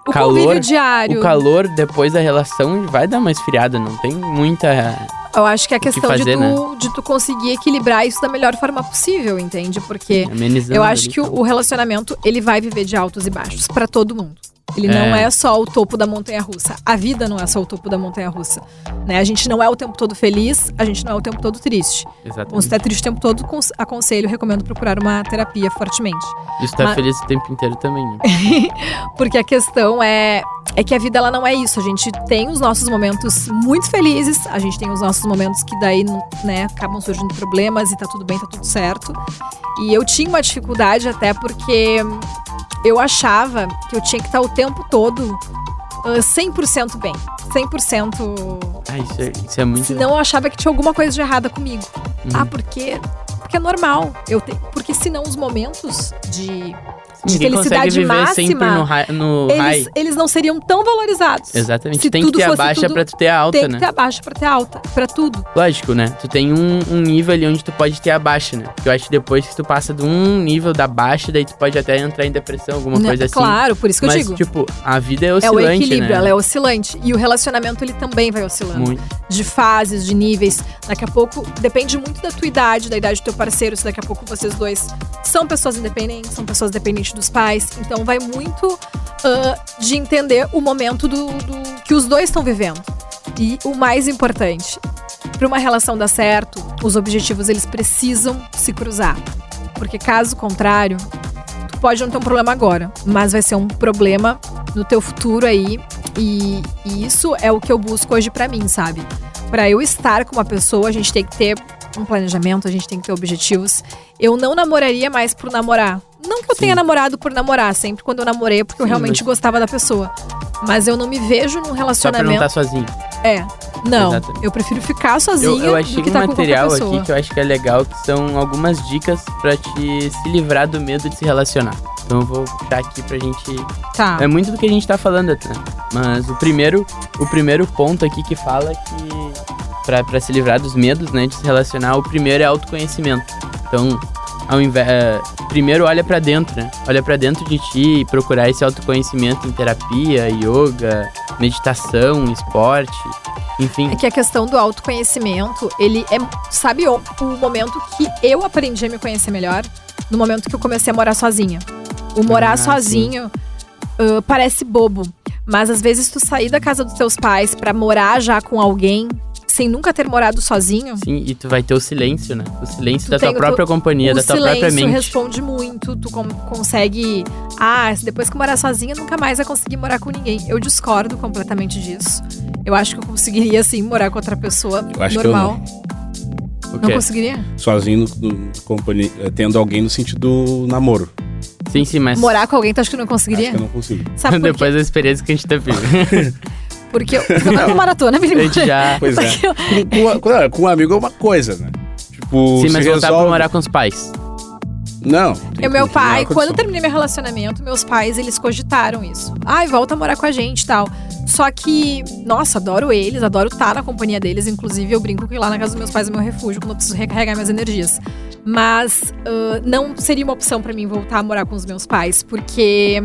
Speaker 3: o
Speaker 2: calor-
Speaker 3: convívio diário.
Speaker 2: O calor depois da relação vai dar uma esfriada, não tem muita.
Speaker 3: Eu acho que é a questão de,
Speaker 2: fazer, né?
Speaker 3: tu, de tu conseguir equilibrar isso da melhor forma possível, entende? Porque
Speaker 2: amenizando.
Speaker 3: É. eu acho
Speaker 2: ali.
Speaker 3: que o, o relacionamento, ele vai viver de altos e baixos pra todo mundo. Ele não
Speaker 2: É.
Speaker 3: é só o topo da montanha russa. A vida não é só o topo da montanha russa. Né? A gente não é o tempo todo feliz, a gente não é o tempo todo triste. Quando você
Speaker 2: Exatamente.
Speaker 3: tá triste o tempo todo, cons- aconselho, recomendo procurar uma terapia fortemente.
Speaker 2: Isso tá
Speaker 3: Mas-
Speaker 2: feliz o tempo inteiro também. né?
Speaker 3: É. Porque a questão é, é que a vida ela não é isso. A gente tem os nossos momentos muito felizes, a gente tem os nossos momentos que daí, né, acabam surgindo problemas e tá tudo bem, tá tudo certo. E eu tinha uma dificuldade até porque eu achava que eu tinha que estar o tempo todo ah, 100% bem. 100%.
Speaker 2: Ah, isso, é- isso é muito.
Speaker 3: Senão eu achava que tinha alguma coisa de errada comigo.
Speaker 2: Uhum.
Speaker 3: Ah, porque porque é normal. Eu te... Porque senão os momentos de de
Speaker 2: Ninguém consegue
Speaker 3: felicidade
Speaker 2: viver sempre
Speaker 3: máxima,
Speaker 2: no, hi- no high.
Speaker 3: eles, eles não seriam tão valorizados.
Speaker 2: Exatamente.
Speaker 3: Se
Speaker 2: tem que
Speaker 3: tudo
Speaker 2: ter a
Speaker 3: fosse
Speaker 2: baixa
Speaker 3: tudo,
Speaker 2: pra tu ter a alta,
Speaker 3: Tem que
Speaker 2: né?
Speaker 3: ter a baixa pra ter a alta, pra tudo.
Speaker 2: Lógico, né? Tu tem um, um nível ali onde tu pode ter a baixa, né? Porque eu acho que depois que tu passa de um nível da baixa, daí tu pode até entrar em depressão, alguma
Speaker 3: Né?
Speaker 2: coisa assim.
Speaker 3: Claro, por isso que
Speaker 2: Mas,
Speaker 3: eu digo.
Speaker 2: tipo, a vida é
Speaker 3: é o
Speaker 2: oscilante,
Speaker 3: equilíbrio,
Speaker 2: né?
Speaker 3: ela é oscilante. E o relacionamento, ele também vai oscilando.
Speaker 2: Muito.
Speaker 3: De fases, de níveis. Daqui a pouco, depende muito da tua idade, da idade do teu parceiro. Se daqui a pouco vocês dois são pessoas independentes, são pessoas dependentes dos pais. Então, vai muito ah, de entender o momento do, do- que os dois estão vivendo. E o mais importante, para uma relação dar certo, os objetivos, eles precisam se cruzar. Porque caso contrário, tu pode não ter um problema agora, mas vai ser um problema no teu futuro aí. E, e isso é o que eu busco hoje pra mim, sabe? Pra eu estar com uma pessoa, a gente tem que ter um planejamento, a gente tem que ter objetivos. Eu não namoraria mais por namorar. Não que eu
Speaker 2: Sim.
Speaker 3: tenha namorado por namorar, sempre quando eu namorei é porque eu
Speaker 2: Sim,
Speaker 3: realmente
Speaker 2: mas-
Speaker 3: gostava da pessoa. Mas eu não me vejo
Speaker 2: Só
Speaker 3: num
Speaker 2: pra não
Speaker 3: relacionamento.
Speaker 2: estar sozinho.
Speaker 3: É. Não,
Speaker 2: Exatamente.
Speaker 3: eu prefiro ficar sozinha
Speaker 2: Eu, eu achei
Speaker 3: do que
Speaker 2: um
Speaker 3: tá com qualquer
Speaker 2: material
Speaker 3: pessoa.
Speaker 2: aqui que eu acho que é legal, que são algumas dicas pra te se livrar do medo de se relacionar. Então eu vou puxar aqui pra gente
Speaker 3: Tá.
Speaker 2: É muito do que a gente tá falando, né? Mas o primeiro, o primeiro ponto aqui que fala é que pra, pra se livrar dos medos, né, de se relacionar, o primeiro é autoconhecimento. Então, ao invés, é, primeiro olha pra dentro, né? Olha pra dentro de ti e procurar esse autoconhecimento em terapia, yoga, meditação, esporte, enfim.
Speaker 3: É que a questão do autoconhecimento, ele é, sabe, o, o momento que eu aprendi a me conhecer melhor, no momento que eu comecei a morar sozinha. O morar
Speaker 2: Ah, sim.
Speaker 3: sozinho ah, parece bobo, mas às vezes tu sair da casa dos teus pais pra morar já com alguém, sem nunca ter morado sozinho,
Speaker 2: Sim, e tu vai ter o silêncio, né? O silêncio
Speaker 3: Tu
Speaker 2: da tua
Speaker 3: tem o
Speaker 2: própria companhia,
Speaker 3: o
Speaker 2: é da tua própria
Speaker 3: silêncio
Speaker 2: mente.
Speaker 3: responde muito, tu com- consegue. Ah, depois que eu morar sozinha, nunca mais vai conseguir morar com ninguém. Eu discordo completamente disso. Eu acho que eu conseguiria, assim, morar com outra pessoa
Speaker 1: Eu acho que eu
Speaker 3: normal.
Speaker 2: O
Speaker 3: não
Speaker 2: quê?
Speaker 3: conseguiria?
Speaker 1: Sozinho, no, no- companhia- tendo alguém no sentido namoro.
Speaker 2: Sim, sim, mas
Speaker 3: Morar com alguém, tu acha que eu não
Speaker 1: Acho
Speaker 3: conseguiria?
Speaker 1: que eu não consigo.
Speaker 3: Sabe por quê?
Speaker 2: depois da experiência que a gente teve.
Speaker 3: Porque eu não é uma maratona,
Speaker 2: a
Speaker 3: menino.
Speaker 2: gente já
Speaker 1: Pois é.
Speaker 3: Porque eu-
Speaker 1: com, com- olha, com um amigo é uma coisa, né? Tipo,
Speaker 2: Sim, mas
Speaker 1: se
Speaker 2: voltar
Speaker 1: resolve...
Speaker 2: pra morar com os pais.
Speaker 1: Não.
Speaker 3: eu, É meu
Speaker 2: é
Speaker 3: pai, quando eu
Speaker 1: tem...
Speaker 3: terminei meu relacionamento, meus pais, eles cogitaram isso. Ai, volta a morar com a gente e tal. Só que, nossa, adoro eles, adoro estar na companhia deles. Inclusive, eu brinco que lá na casa dos meus pais é meu refúgio, quando eu preciso recarregar minhas energias. Mas ah, não seria uma opção pra mim voltar a morar com os meus pais, porque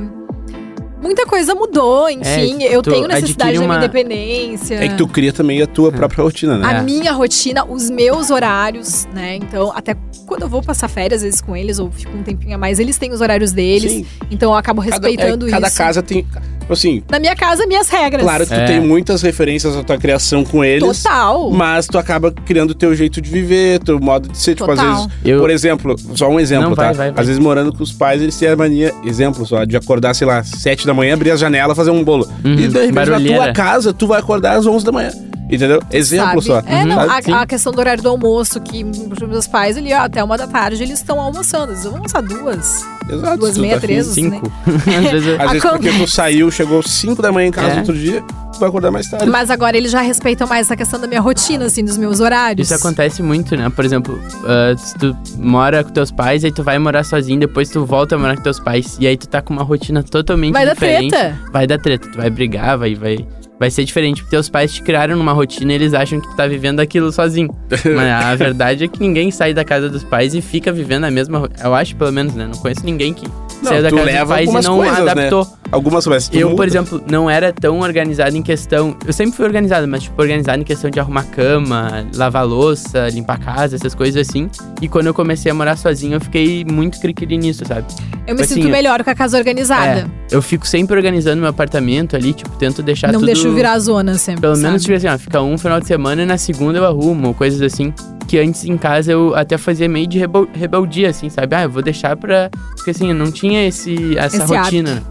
Speaker 3: muita coisa mudou, enfim. eu
Speaker 2: É, tu
Speaker 3: tenho necessidade
Speaker 2: adquire
Speaker 3: da minha
Speaker 2: uma-
Speaker 3: independência.
Speaker 1: É que tu cria também a tua própria rotina, né?
Speaker 3: a
Speaker 2: É.
Speaker 3: minha rotina, os meus horários, né? Então, até quando eu vou passar férias, às vezes com eles, ou fico um tempinho a mais, eles têm os horários deles,
Speaker 1: Sim,
Speaker 3: então eu acabo
Speaker 1: cada, é,
Speaker 3: respeitando
Speaker 1: cada
Speaker 3: isso.
Speaker 1: casa tem... Assim,
Speaker 3: Na minha casa, minhas regras.
Speaker 1: claro que tu
Speaker 2: É.
Speaker 1: tem muitas referências à tua criação com eles. um
Speaker 3: Total.
Speaker 1: Mas tu acaba criando o teu jeito de viver, teu modo de ser. Tipo,
Speaker 3: Total.
Speaker 1: às vezes,
Speaker 2: Eu-
Speaker 1: por exemplo, só um exemplo,
Speaker 2: Não,
Speaker 1: tá?
Speaker 2: vai, vai, vai.
Speaker 1: Às vezes morando com os pais, eles têm a mania, exemplo só, de acordar, sei lá, sete da manhã, abrir a janela, fazer um bolo.
Speaker 2: Uhum,
Speaker 1: E de repente na tua
Speaker 2: barulheira.
Speaker 1: casa, tu vai acordar às 11 da manhã. Entendeu? Exemplo
Speaker 3: sabe?
Speaker 1: só. Uhum.
Speaker 3: É, não,
Speaker 1: sabe?
Speaker 3: a-
Speaker 2: Sim.
Speaker 3: a, questão do horário do almoço, que os meus pais ali, ó, até uma da tarde, eles estão almoçando. Eles vão almoçar duas.
Speaker 1: Exato,
Speaker 3: duas
Speaker 1: se tu
Speaker 3: meia,
Speaker 1: tá afim.
Speaker 3: três.
Speaker 2: Cinco. Às vezes eu...
Speaker 1: Às vezes porque tu saiu, chegou 5 da manhã em casa
Speaker 2: É.
Speaker 1: outro dia, tu vai acordar mais tarde.
Speaker 3: Mas agora eles já respeitam mais a questão da minha rotina, assim, dos meus horários.
Speaker 1: é
Speaker 2: Isso acontece muito, né? Por exemplo, ah, se tu mora com teus pais, aí tu vai morar sozinho, depois tu volta a morar com teus pais. E aí tu tá com uma rotina totalmente
Speaker 3: Vai dar
Speaker 2: diferente.
Speaker 3: é treta.
Speaker 2: Vai dar treta. Tu vai brigar, vai, vai, vai ser diferente. Porque teus pais te criaram numa rotina e eles acham que tu tá vivendo aquilo sozinho. Mas a verdade é que ninguém sai da casa dos pais e fica vivendo a mesma rotina. Eu acho, pelo menos, né? Não conheço ninguém que
Speaker 1: Não,
Speaker 2: saiu da
Speaker 1: tu
Speaker 2: casa
Speaker 1: leva
Speaker 2: dos pais e
Speaker 1: algumas
Speaker 2: não
Speaker 1: coisas, né?
Speaker 2: adaptou.
Speaker 1: Algumas coisas. tu
Speaker 2: Eu,
Speaker 1: muda.
Speaker 2: por exemplo, não era tão organizado em questão. Eu sempre fui organizado, mas, tipo, organizado em questão de arrumar cama, lavar louça, limpar a casa, essas coisas assim. E quando eu comecei a morar sozinho, eu fiquei muito criquiri nisso, sabe?
Speaker 3: Eu
Speaker 1: Tipo
Speaker 3: me
Speaker 2: Assim,
Speaker 3: sinto
Speaker 2: é-
Speaker 3: melhor com a casa
Speaker 1: é,
Speaker 3: organizada.
Speaker 2: Eu fico sempre organizando meu apartamento ali, tipo, tento deixar
Speaker 3: não
Speaker 2: tudo.
Speaker 3: deixo virar a zona sempre.
Speaker 2: Pelo
Speaker 3: sabe?
Speaker 2: menos, tipo assim, ó, fica um final de semana e na segunda eu arrumo, coisas assim. Que antes em casa eu até fazia meio de rebel- rebeldia, assim, sabe? Ah, eu vou deixar pra. Porque assim, eu não tinha esse, essa
Speaker 3: Esse
Speaker 2: rotina.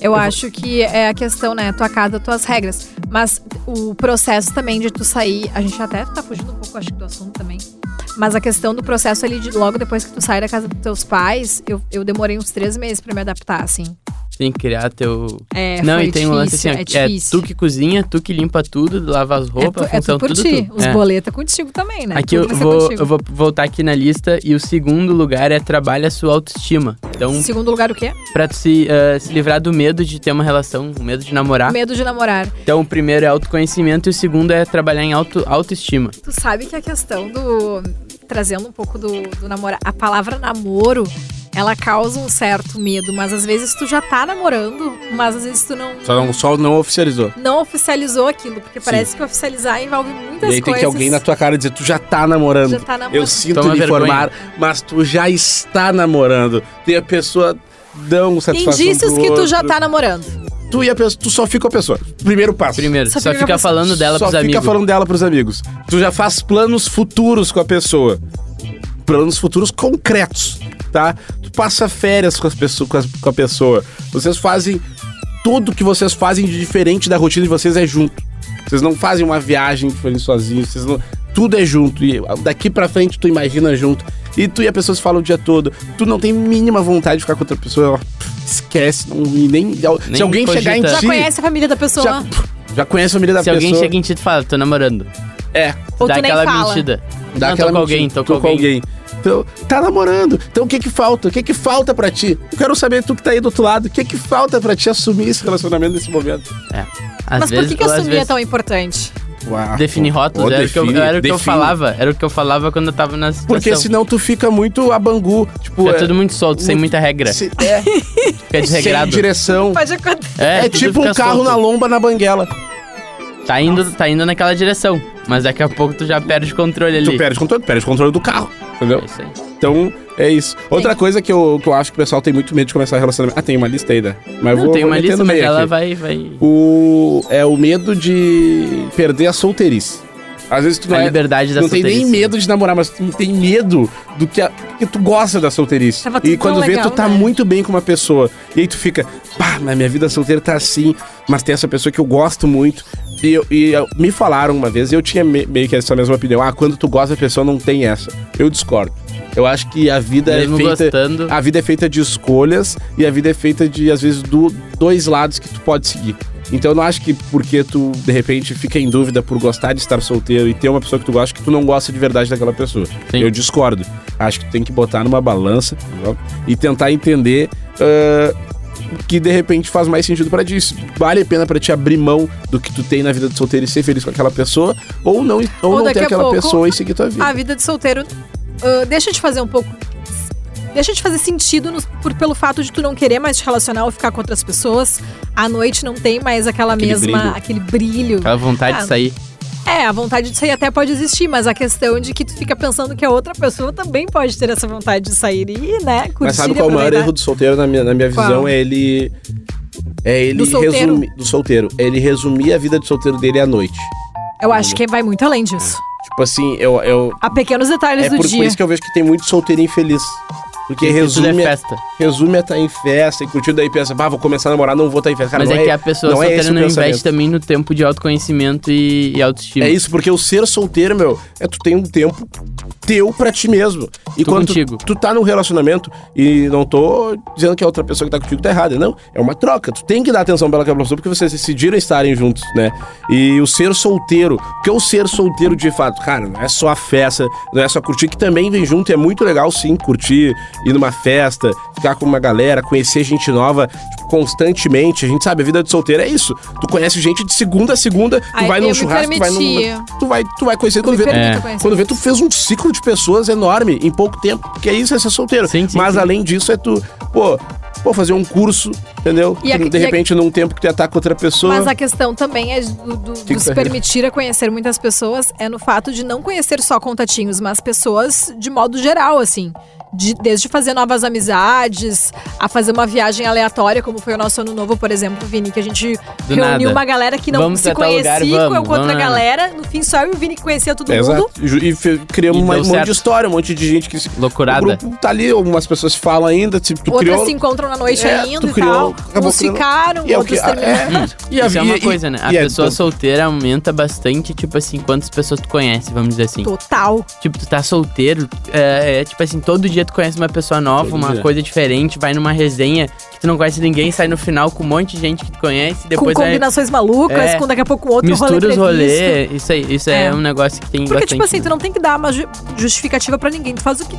Speaker 3: Eu acho que é a questão, né? Tua casa, tuas regras. Mas o processo também de tu sair. A gente até tá fugindo um pouco, acho que, do assunto também. Mas a questão do processo ali de logo depois que tu sai da casa dos teus pais, eu, eu demorei uns três meses pra me adaptar, assim.
Speaker 2: Tem que criar teu,
Speaker 3: É,
Speaker 2: não,
Speaker 3: foi
Speaker 2: e tem um lance assim,
Speaker 3: difícil,
Speaker 2: ó,
Speaker 3: é
Speaker 2: que é,
Speaker 3: difícil.
Speaker 2: tu que cozinha, tu que limpa tudo, lava as
Speaker 3: É
Speaker 2: roupas,
Speaker 3: tu- é tu
Speaker 2: função,
Speaker 3: por
Speaker 2: tudo,
Speaker 3: ti.
Speaker 2: tudo.
Speaker 3: Os
Speaker 2: É.
Speaker 3: boletas contigo também, né?
Speaker 2: Aqui
Speaker 3: Tudo
Speaker 2: eu
Speaker 3: vai ser
Speaker 2: vou,
Speaker 3: contigo.
Speaker 2: eu vou voltar aqui na lista e o segundo lugar é trabalha a sua autoestima. Então,
Speaker 3: Segundo lugar, o quê?
Speaker 2: pra tu se, ah, se livrar do medo de ter uma relação, o medo de namorar.
Speaker 3: Medo de namorar.
Speaker 2: Então, o primeiro é autoconhecimento e o segundo é trabalhar em auto, autoestima.
Speaker 3: Tu sabe que a questão do. Trazendo um pouco do, do namoro. A palavra namoro, ela causa um certo medo, mas às vezes tu já tá namorando, mas às vezes tu não.
Speaker 1: Só não, só não oficializou.
Speaker 3: Não oficializou aquilo, porque parece que oficializar envolve
Speaker 1: E
Speaker 3: muitas
Speaker 1: aí tem
Speaker 3: coisas.
Speaker 1: que alguém na tua cara dizer, tu já tá namorando.
Speaker 3: Já tá namorando.
Speaker 1: Eu sinto
Speaker 2: Toma
Speaker 1: lhe
Speaker 2: vergonha.
Speaker 1: informar, mas tu já está namorando. Tem a pessoa dão satisfação
Speaker 3: Indícios
Speaker 1: pro
Speaker 3: que tu já
Speaker 1: outro.
Speaker 3: tá namorando.
Speaker 1: Tu e a pessoa, tu só fica com a pessoa. Primeiro passo.
Speaker 2: Primeiro,
Speaker 3: Só
Speaker 2: só,
Speaker 3: primeira
Speaker 2: ficar
Speaker 3: pessoa.
Speaker 2: falando dela
Speaker 1: só
Speaker 2: pros
Speaker 1: fica
Speaker 2: amigos.
Speaker 1: falando dela pros amigos. Tu já faz planos futuros com a pessoa. Planos futuros concretos, tá? Tu passa férias com, as pessoas, com, as- com a pessoa. Vocês fazem. Tudo que vocês fazem de diferente da rotina de vocês é junto. Vocês não fazem uma viagem diferente sozinhos. Vocês não- Tudo é junto. E daqui pra frente tu imagina junto. E tu e a pessoa se falam o dia todo. Tu não tem mínima vontade de ficar com outra pessoa. ó, Esquece. Não, e nem, se alguém chegar em
Speaker 2: cogita.
Speaker 3: Já
Speaker 1: ti.
Speaker 3: conhece a família da pessoa.
Speaker 1: Já, já conhece a família da
Speaker 2: Se
Speaker 1: pessoa.
Speaker 2: alguém chega em ti e fala, tô namorando.
Speaker 1: É,
Speaker 3: Ou
Speaker 2: dá
Speaker 3: tu nem
Speaker 2: aquela
Speaker 3: fala.
Speaker 2: mentira.
Speaker 1: Dá
Speaker 2: não,
Speaker 1: aquela
Speaker 2: tô com alguém,
Speaker 1: mentira,
Speaker 2: tô com alguém.
Speaker 1: Então, tá namorando. Então o que que falta? O que que falta pra ti? Eu quero saber tu que tá aí do outro lado, o que que falta pra ti assumir esse relacionamento nesse momento?
Speaker 2: Às
Speaker 3: mas por
Speaker 2: vezes-
Speaker 3: que, que
Speaker 2: às
Speaker 3: assumir é
Speaker 2: vezes-
Speaker 3: tão importante?
Speaker 1: Uau.
Speaker 2: Definir rótulos,
Speaker 1: Ó,
Speaker 2: era, o que eu-
Speaker 1: define,
Speaker 2: era o que eu
Speaker 1: define.
Speaker 2: falava. Era o que eu falava quando eu tava na situação.
Speaker 1: Porque senão tu fica muito a bangu, tipo,
Speaker 2: Fica tudo muito solto, sem muita regra.
Speaker 1: se- é,
Speaker 2: Fica
Speaker 1: sem
Speaker 2: desregrado.
Speaker 1: direção.
Speaker 3: Pode acontecer.
Speaker 1: É,
Speaker 2: tudo
Speaker 1: tipo
Speaker 2: fica
Speaker 1: um carro
Speaker 2: solto.
Speaker 1: na lomba na banguela.
Speaker 2: Tá indo, tá indo naquela direção, mas daqui a pouco tu já perde o controle ali.
Speaker 1: Tu perde o controle, perde o controle do carro, entendeu?
Speaker 2: É isso aí.
Speaker 1: Então, é isso. Outra coisa que eu, que eu acho que o pessoal tem muito medo de começar relacionamento. Ah, tem uma lista aí, né? Mas
Speaker 2: Não, tem uma
Speaker 1: meter
Speaker 2: lista,
Speaker 1: no
Speaker 2: mas
Speaker 1: meio
Speaker 2: ela
Speaker 1: aqui.
Speaker 2: vai, vai...
Speaker 1: o é o medo de perder a solteirice. Às vezes tu não,
Speaker 2: A
Speaker 1: é-
Speaker 2: liberdade da
Speaker 1: não tem nem
Speaker 2: solteirice. né?
Speaker 1: medo de namorar, mas tu tem medo do que a, porque tu gosta da solteirice.
Speaker 3: Tava
Speaker 1: E
Speaker 3: tudo
Speaker 1: quando
Speaker 3: tão
Speaker 1: vê,
Speaker 3: legal,
Speaker 1: tu tá
Speaker 3: né?
Speaker 1: muito bem com uma pessoa. E aí tu fica, pá, na minha vida solteira tá assim, mas tem essa pessoa que eu gosto muito. E, eu- e eu- me falaram uma vez, e eu tinha me- meio que essa mesma opinião. Ah, quando tu gosta da pessoa, não tem essa. Eu discordo. Eu acho que a vida
Speaker 2: Mesmo
Speaker 1: é feita.
Speaker 2: gostando.
Speaker 1: A vida é feita de escolhas e a vida é feita de, às vezes, do, dois lados que tu pode seguir. Então eu não acho que porque tu, de repente, fica em dúvida por gostar de estar solteiro e ter uma pessoa que tu gosta, que tu não gosta de verdade daquela pessoa.
Speaker 2: Sim.
Speaker 1: Eu discordo. Acho que tu tem que botar numa balança ó, e tentar entender. ah, o que de repente faz mais sentido pra ti. Se Vale a pena pra te abrir mão do que tu tem na vida de solteiro e ser feliz com aquela pessoa, ou não, ou não
Speaker 3: daqui
Speaker 1: ter
Speaker 3: a
Speaker 1: aquela
Speaker 3: pouco,
Speaker 1: pessoa e seguir tua vida.
Speaker 3: A vida de solteiro ah, deixa de fazer um pouco. Deixa de fazer sentido nos- por, pelo fato de tu não querer mais te relacionar ou ficar com outras pessoas. À noite não tem mais aquela
Speaker 1: Aquele
Speaker 3: mesma.
Speaker 1: brilho.
Speaker 3: aquele brilho.
Speaker 2: Aquela vontade
Speaker 3: Ah.
Speaker 2: de sair.
Speaker 3: É, a vontade de sair até pode existir, mas a questão de que tu fica pensando que a outra pessoa também pode ter essa vontade de sair e, né, curtir
Speaker 1: Mas sabe
Speaker 3: e
Speaker 1: qual é o maior
Speaker 3: aproveitar.
Speaker 1: erro do solteiro, na minha, na minha
Speaker 3: Qual?
Speaker 1: visão, é ele É, ele
Speaker 3: Do solteiro?
Speaker 1: resumi- do solteiro. Ele resumia a vida de solteiro dele à noite.
Speaker 3: Eu acho que vai muito além disso.
Speaker 1: Tipo assim, eu. eu
Speaker 3: Há pequenos detalhes
Speaker 1: é
Speaker 3: do
Speaker 1: por, por
Speaker 3: dia.
Speaker 1: isso que eu vejo que tem muito solteiro infeliz. Porque
Speaker 2: Tudo é
Speaker 1: resume, a-
Speaker 2: festa.
Speaker 1: resume a estar em festa e curtindo daí pensa, pá, vou começar a namorar, não vou estar em festa. Cara,
Speaker 2: Mas
Speaker 1: não
Speaker 2: é, que a pessoa
Speaker 1: não é esse
Speaker 2: solteira
Speaker 1: o
Speaker 2: não investe
Speaker 1: pensamento.
Speaker 2: também no tempo de autoconhecimento e, e autoestima.
Speaker 1: É isso, porque o ser solteiro, meu, é tu tem um tempo teu pra ti mesmo. E
Speaker 2: Tu
Speaker 1: quando
Speaker 2: contigo.
Speaker 1: Tu, tu tá num relacionamento e não tô dizendo que a outra pessoa que tá contigo tá errada, não. É uma troca. Tu tem que dar atenção pra aquela pessoa porque vocês decidiram estarem juntos, né? E o ser solteiro, o que é o ser solteiro de fato? Cara, não é só a festa, não é só curtir, que também vem junto. e É muito legal, sim, curtir, ir numa festa, ficar com uma galera, conhecer gente nova tipo, constantemente. A gente sabe, a vida de solteiro é isso. Tu conhece gente de segunda a segunda, tu
Speaker 3: Ai,
Speaker 1: vai
Speaker 3: eu
Speaker 1: num
Speaker 3: me
Speaker 1: churrasco, tu vai
Speaker 3: permitia.
Speaker 1: num... Tu vai, tu vai conhecer, quando vê,
Speaker 3: Me
Speaker 1: tu-
Speaker 3: permita
Speaker 2: É.
Speaker 3: conhecer.
Speaker 1: quando vê, tu fez um ciclo de pessoas enorme em pouco tempo. Que é isso, é ser solteiro.
Speaker 2: Sim, sim,
Speaker 1: Mas
Speaker 2: sim.
Speaker 1: além disso, é tu, pô, pô, fazer um curso, entendeu?
Speaker 3: E a-
Speaker 1: de
Speaker 3: e a-
Speaker 1: repente, num tempo que tu ia estar com outra pessoa.
Speaker 3: Mas a questão também é do, do- do
Speaker 1: Tem que
Speaker 3: se
Speaker 1: ser.
Speaker 3: permitir a conhecer muitas pessoas é no fato de não conhecer só contatinhos, mas pessoas de modo geral, assim. De- desde fazer novas amizades, a fazer uma viagem aleatória, como foi o nosso ano novo, por exemplo, Vini, que a gente
Speaker 2: Do
Speaker 3: reuniu
Speaker 2: nada.
Speaker 3: uma galera que não
Speaker 2: Vamos
Speaker 3: se
Speaker 2: pra tal lugar,
Speaker 3: conhecia com-
Speaker 2: vamos,
Speaker 3: com outra
Speaker 2: vamos lá.
Speaker 3: galera. No fim, só eu e o Vini que conhecia todo
Speaker 1: É,
Speaker 3: mundo.
Speaker 1: Exato. E e fe- criamos
Speaker 2: E
Speaker 1: uma- um
Speaker 2: deu
Speaker 1: monte
Speaker 2: certo.
Speaker 1: de história, um monte de gente que se, o
Speaker 2: Loucurada.
Speaker 1: grupo tá ali, algumas pessoas falam ainda, tipo, tu
Speaker 3: Outras
Speaker 1: criou.
Speaker 3: se encontram na noite
Speaker 1: É,
Speaker 3: ainda
Speaker 1: tu
Speaker 3: e
Speaker 1: criou,
Speaker 3: tal.
Speaker 1: acabou
Speaker 3: Uns
Speaker 1: criando.
Speaker 3: ficaram,
Speaker 1: E é o que-
Speaker 3: outros terminaram.
Speaker 1: é. E a-
Speaker 2: Isso é
Speaker 1: e-
Speaker 2: uma
Speaker 1: e-
Speaker 2: coisa, né? A
Speaker 1: e é,
Speaker 2: pessoa
Speaker 1: então-
Speaker 2: solteira aumenta bastante, tipo assim, quantas pessoas tu conhece, vamos dizer assim.
Speaker 3: Total.
Speaker 2: Tipo, tu tá solteiro, é, é, tipo assim, todo dia tu conhece uma pessoa nova,
Speaker 1: Todo
Speaker 2: uma
Speaker 1: dia.
Speaker 2: coisa diferente, vai numa resenha que tu não conhece ninguém, sai no final com um monte de gente que tu conhece, depois
Speaker 3: com
Speaker 2: vai,
Speaker 3: combinações malucas,
Speaker 2: é,
Speaker 3: com daqui a pouco outro rolê
Speaker 2: mistura os
Speaker 3: previsto.
Speaker 2: rolês. Isso aí, isso é.
Speaker 3: É.
Speaker 2: um negócio que tem
Speaker 3: Porque,
Speaker 2: bastante.
Speaker 3: tipo assim,
Speaker 2: né?
Speaker 3: tu não tem que dar uma ju- justificativa pra ninguém. Tu faz o que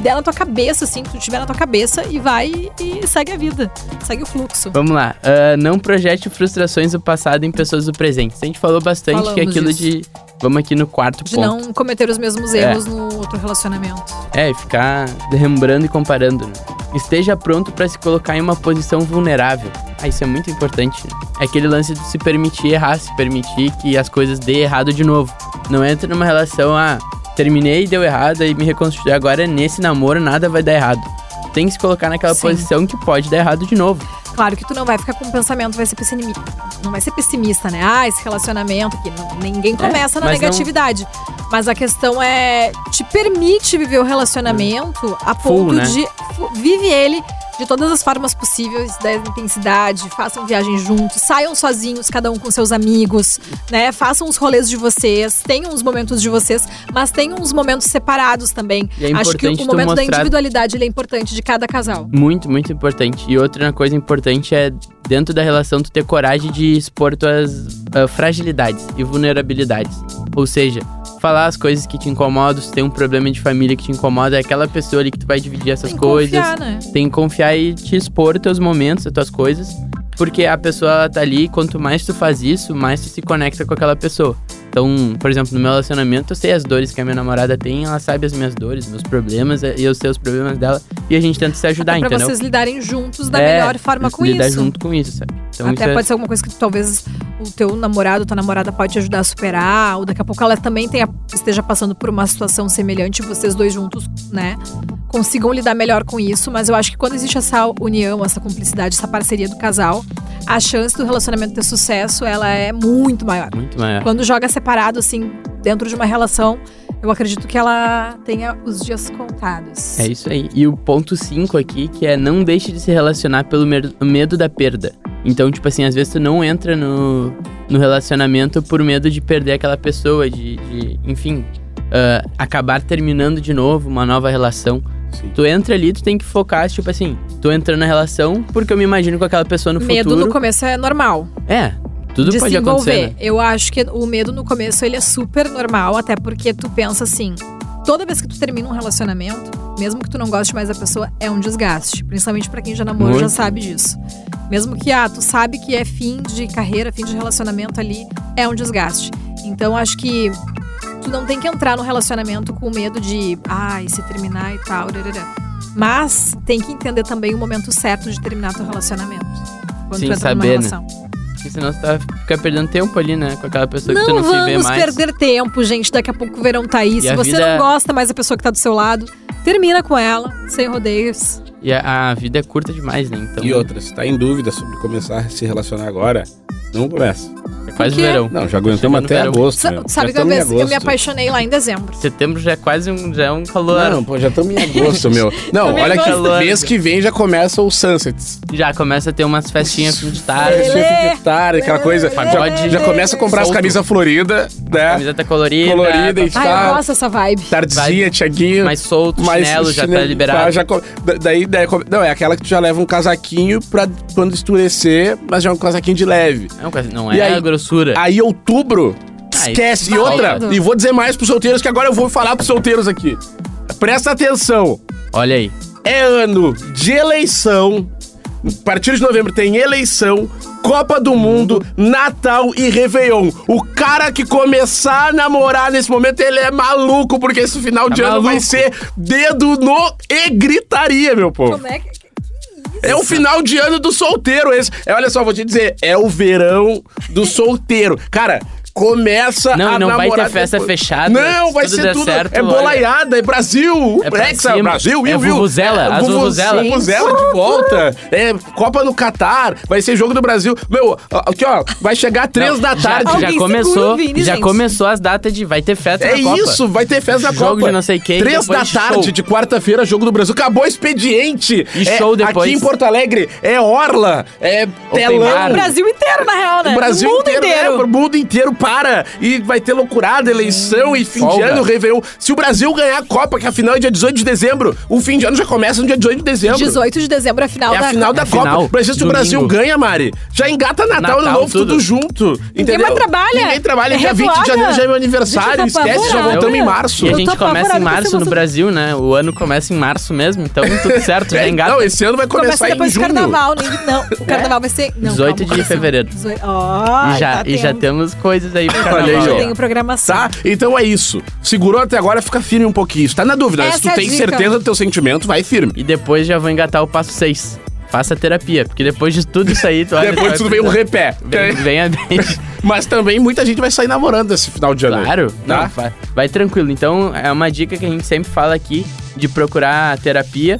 Speaker 3: der na tua cabeça, assim, que tu tiver na tua cabeça e vai e segue a vida. Segue o fluxo.
Speaker 2: Vamos lá. Ah, não projete frustrações do passado em pessoas do presente. A gente falou bastante que
Speaker 3: Falamos
Speaker 2: aquilo
Speaker 3: disso.
Speaker 2: de. Vamos aqui no quarto
Speaker 3: De
Speaker 2: ponto.
Speaker 3: não cometer os mesmos
Speaker 2: É.
Speaker 3: erros no outro relacionamento.
Speaker 2: É, e ficar lembrando e comparando. né? Esteja pronto pra se colocar em uma posição vulnerável. Ah, isso é muito importante. né? É aquele lance de se permitir errar, se permitir que as coisas dê errado de novo. Não entra numa relação, ah, terminei, deu errado e me reconstruí. Agora nesse namoro nada vai dar errado. Tem que se colocar naquela
Speaker 3: Sim.
Speaker 2: posição que pode dar errado de novo.
Speaker 3: Claro que tu não vai ficar com um pensamento, vai ser pessimista. Não vai ser pessimista, né? Ah, esse relacionamento que não- ninguém começa na
Speaker 2: É, mas não-
Speaker 3: negatividade. Mas a questão é, te permite viver o relacionamento a
Speaker 2: Full,
Speaker 3: ponto
Speaker 2: né?
Speaker 3: de fu- vive ele de todas as formas possíveis, da intensidade, façam viagem juntos, saiam sozinhos, cada um com seus amigos, né? Façam os rolês de vocês, tenham os momentos de vocês, mas tenham os momentos separados também.
Speaker 2: E é
Speaker 3: Acho que o-
Speaker 2: importante
Speaker 3: o
Speaker 2: tu
Speaker 3: momento da
Speaker 2: mostrar-
Speaker 3: individualidade ele é importante de cada casal.
Speaker 2: Muito, muito importante. E outra coisa importante é, dentro da relação, tu ter coragem de expor tuas ah, fragilidades e vulnerabilidades. Ou seja, falar as coisas que te incomodam, se tem um problema de família que te incomoda, é aquela pessoa ali que tu vai dividir essas
Speaker 3: Tem que
Speaker 2: coisas.
Speaker 3: confiar, né?
Speaker 2: Tem que confiar e te expor teus momentos, as tuas coisas. Porque a pessoa ela tá ali, e quanto mais tu faz isso, mais tu se conecta com aquela pessoa. Então, por exemplo, no meu relacionamento, eu sei as dores que a minha namorada tem, ela sabe as minhas dores, meus problemas, eh, e eu sei os problemas dela, e a gente tenta se ajudar,
Speaker 3: Até pra
Speaker 2: entendeu?
Speaker 3: vocês lidarem juntos da
Speaker 2: É,
Speaker 3: melhor forma com
Speaker 2: lidar
Speaker 3: isso.
Speaker 2: junto com isso, sabe? Então
Speaker 3: Até
Speaker 2: isso é-
Speaker 3: pode ser alguma coisa que tu, talvez o teu namorado, tua namorada pode te ajudar a superar, ou daqui a pouco ela também tenha, esteja passando por uma situação semelhante, e vocês dois juntos, né, consigam lidar melhor com isso. Mas eu acho que quando existe essa união, essa cumplicidade, essa parceria do casal, a chance do relacionamento ter sucesso, ela é muito maior.
Speaker 2: muito maior.
Speaker 3: Quando joga separado, assim, dentro de uma relação, eu acredito que ela tenha os dias contados.
Speaker 2: É isso aí. E o ponto 5 aqui, que é não deixe de se relacionar pelo mer- medo da perda. Então, tipo assim, às vezes tu não entra no, no relacionamento por medo de perder aquela pessoa, de, de, enfim, ah, acabar terminando de novo uma nova relação.
Speaker 1: Sim.
Speaker 2: Tu entra ali, tu tem que focar, tipo assim, tô entrando na relação porque eu me imagino com aquela pessoa no
Speaker 3: Medo
Speaker 2: futuro.
Speaker 3: no começo é normal.
Speaker 2: É, tudo
Speaker 3: de
Speaker 2: pode
Speaker 3: se envolver.
Speaker 2: acontecer. né?
Speaker 3: Eu acho que o medo no começo ele é super normal, até porque tu pensa assim, toda vez que tu termina um relacionamento, mesmo que tu não goste mais da pessoa, é um desgaste, principalmente pra quem já namora já
Speaker 2: Muito.
Speaker 3: sabe disso. Mesmo que ah, tu sabe que é fim de carreira, fim de relacionamento ali, é um desgaste. Então acho que tu não tem que entrar no relacionamento com medo de, ai, se terminar e tal, rarará. mas tem que entender também o momento certo de terminar teu relacionamento. Quando
Speaker 2: Sim,
Speaker 3: tu entra numa
Speaker 2: saber, né?
Speaker 3: relação.
Speaker 2: Porque senão tu tá, fica perdendo tempo ali, né? Com aquela pessoa que tu
Speaker 3: Não
Speaker 2: não se vê
Speaker 3: vamos
Speaker 2: mais.
Speaker 3: perder tempo, gente. Daqui a pouco o verão tá aí. Se
Speaker 2: a
Speaker 3: você
Speaker 2: vida-
Speaker 3: não gosta mais da pessoa que tá do seu lado, termina com ela, sem rodeios.
Speaker 2: E a, a vida é curta demais, né? Então,
Speaker 1: E outra, se tá em dúvida sobre começar a se relacionar agora, não começa.
Speaker 2: é quase
Speaker 3: Por quê?
Speaker 2: verão.
Speaker 1: Não, já aguentamos
Speaker 2: Chegando
Speaker 1: até
Speaker 2: verão.
Speaker 1: agosto.
Speaker 3: Sa-
Speaker 1: meu. Já
Speaker 3: sabe que eu,
Speaker 1: tamo em
Speaker 3: me- eu me
Speaker 1: agosto.
Speaker 3: apaixonei lá em dezembro.
Speaker 2: Setembro já é quase um, já é um calor.
Speaker 1: Não, pô, já estamos em agosto, meu. Não,
Speaker 3: Tamo em
Speaker 1: olha que
Speaker 2: agosto.
Speaker 1: mês que vem já começa o Sunsets.
Speaker 2: Já começa a ter umas festinhas fim de
Speaker 1: Esse
Speaker 2: tarde.
Speaker 1: fim de tarde, aquela coisa. Já,
Speaker 2: Pagode.
Speaker 1: já começa a comprar as
Speaker 2: Solto.
Speaker 1: camisas floridas, né?
Speaker 2: Camiseta colorida.
Speaker 1: Colorida e
Speaker 2: tá
Speaker 3: Ai,
Speaker 1: Tá.
Speaker 3: eu gosto dessa vibe.
Speaker 1: Tardezinha, Tiaguinho.
Speaker 2: mais solto,
Speaker 1: Mas
Speaker 2: chinelo já tá
Speaker 1: chinelo-
Speaker 2: liberado.
Speaker 1: tá, já co- da- daí, daí, come- não, é aquela que tu já leva um casaquinho pra quando escurecer, mas já é um casaquinho de leve.
Speaker 2: Não, quase- não
Speaker 1: E
Speaker 2: é Ah, tá
Speaker 1: aí? Ah,
Speaker 2: a grossura.
Speaker 1: Aí, outubro,
Speaker 2: Ai,
Speaker 1: esquece. E
Speaker 2: vai,
Speaker 1: outra,
Speaker 3: cara.
Speaker 1: e vou dizer mais pros solteiros, que agora eu vou falar pros solteiros aqui. Presta atenção.
Speaker 2: Olha aí.
Speaker 1: É ano de eleição. A partir de novembro tem eleição, Copa do Mundo, Natal e Réveillon. O cara que começar a namorar nesse momento, ele é maluco, porque esse final de
Speaker 2: É
Speaker 1: ano vai
Speaker 2: maluco.
Speaker 1: ser dedo no e gritaria, meu povo.
Speaker 3: Como é que. que-
Speaker 1: É o final de ano do solteiro esse. É, olha só, vou te dizer, é o verão do solteiro. Cara, começa
Speaker 2: Não,
Speaker 1: a
Speaker 2: e não vai
Speaker 1: namorar
Speaker 2: ter festa fechada,
Speaker 1: Não,
Speaker 2: se
Speaker 1: vai
Speaker 2: tudo
Speaker 1: ser
Speaker 2: der
Speaker 1: tudo.
Speaker 2: certo,
Speaker 1: é bolaiada, é Brasil.
Speaker 2: É pra
Speaker 1: Hexa,
Speaker 2: cima.
Speaker 1: Brasil,
Speaker 2: É
Speaker 1: iu, iu.
Speaker 2: vuvuzela,
Speaker 1: É,
Speaker 2: as
Speaker 1: vuvu-
Speaker 2: vuvuzela.
Speaker 1: Vuvuzela de volta. É Copa no Catar, vai ser jogo do Brasil. Meu, ó, aqui ó, vai chegar três
Speaker 2: Não,
Speaker 1: da tarde.
Speaker 2: Já,
Speaker 3: Alguém
Speaker 2: já
Speaker 3: segura
Speaker 2: começou,
Speaker 3: o Vini,
Speaker 2: já
Speaker 3: gente.
Speaker 2: começou as datas de vai ter festa
Speaker 1: É
Speaker 2: na Copa.
Speaker 1: isso, vai ter festa da
Speaker 2: Jogo
Speaker 1: Copa.
Speaker 2: de não sei quem,
Speaker 1: Três da
Speaker 2: depois
Speaker 1: tarde
Speaker 2: show.
Speaker 1: de quarta-feira, jogo do Brasil. Acabou o expediente.
Speaker 2: E
Speaker 1: É,
Speaker 2: show depois.
Speaker 1: Aqui em Porto Alegre é Orla, é
Speaker 3: O
Speaker 1: telão.
Speaker 2: bar.
Speaker 3: Brasil inteiro, na real, né?
Speaker 1: O Brasil
Speaker 3: o mundo
Speaker 1: inteiro, né? O mundo inteiro para. E vai ter loucurada, eleição e fim
Speaker 2: folga.
Speaker 1: de ano, Réveillon. Se o Brasil ganhar a Copa, que a final é dia 18 de dezembro, o fim de ano já começa no dia 18 de dezembro.
Speaker 3: 18 de dezembro, a final
Speaker 1: É
Speaker 3: da.
Speaker 1: a final da
Speaker 2: a
Speaker 1: Copa.
Speaker 2: final,
Speaker 1: Mas se o Brasil
Speaker 2: domingo.
Speaker 1: ganha, Mari, já engata Natal, Ano
Speaker 2: Natal,
Speaker 1: Novo, tudo,
Speaker 2: tudo
Speaker 1: junto. Entendeu?
Speaker 3: mais trabalha.
Speaker 1: Ninguém trabalha.
Speaker 3: É
Speaker 1: dia 20 de
Speaker 3: revoada.
Speaker 1: janeiro já é meu
Speaker 3: Gente,
Speaker 1: aniversário.
Speaker 3: eu tô
Speaker 1: Esquece, já
Speaker 3: apavorada.
Speaker 1: voltamos em março.
Speaker 2: E a
Speaker 3: Eu
Speaker 2: gente
Speaker 3: tô
Speaker 2: começa em
Speaker 3: apavorada com
Speaker 2: março
Speaker 3: essa
Speaker 2: no
Speaker 3: emoção.
Speaker 2: Brasil, né? O ano começa em março mesmo, então tudo certo, já
Speaker 1: É,
Speaker 2: engata.
Speaker 1: Não, esse ano vai
Speaker 3: Começa
Speaker 1: começar em
Speaker 3: depois do
Speaker 1: junho. É?
Speaker 3: carnaval, né? Não, o carnaval vai ser. Não,
Speaker 2: 18 de
Speaker 3: calma,
Speaker 2: fevereiro.
Speaker 3: 18
Speaker 2: E
Speaker 3: Ó,
Speaker 2: já,
Speaker 3: tá
Speaker 2: e já
Speaker 3: tendo.
Speaker 2: temos coisas aí pro carnaval.
Speaker 1: aí, ó.
Speaker 3: Eu tenho programação.
Speaker 1: Tá? Então é isso. Segurou até agora, fica firme um pouquinho. Se tá na dúvida,
Speaker 3: Essa
Speaker 1: se tu
Speaker 3: é a
Speaker 1: tem
Speaker 3: dica.
Speaker 1: certeza do teu sentimento, vai firme.
Speaker 2: E depois já vou engatar o passo 6. Faça terapia, porque depois de tudo isso aí, tu olha, tu
Speaker 1: Depois
Speaker 2: vai
Speaker 1: tudo vem um
Speaker 2: precisar.
Speaker 1: repé.
Speaker 2: Vem, vem a bem.
Speaker 1: Mas também muita gente vai sair namorando esse final de ano.
Speaker 2: Claro.
Speaker 1: Tá?
Speaker 2: Não, fa- vai tranquilo. Então, é uma dica que a gente sempre fala aqui de procurar terapia.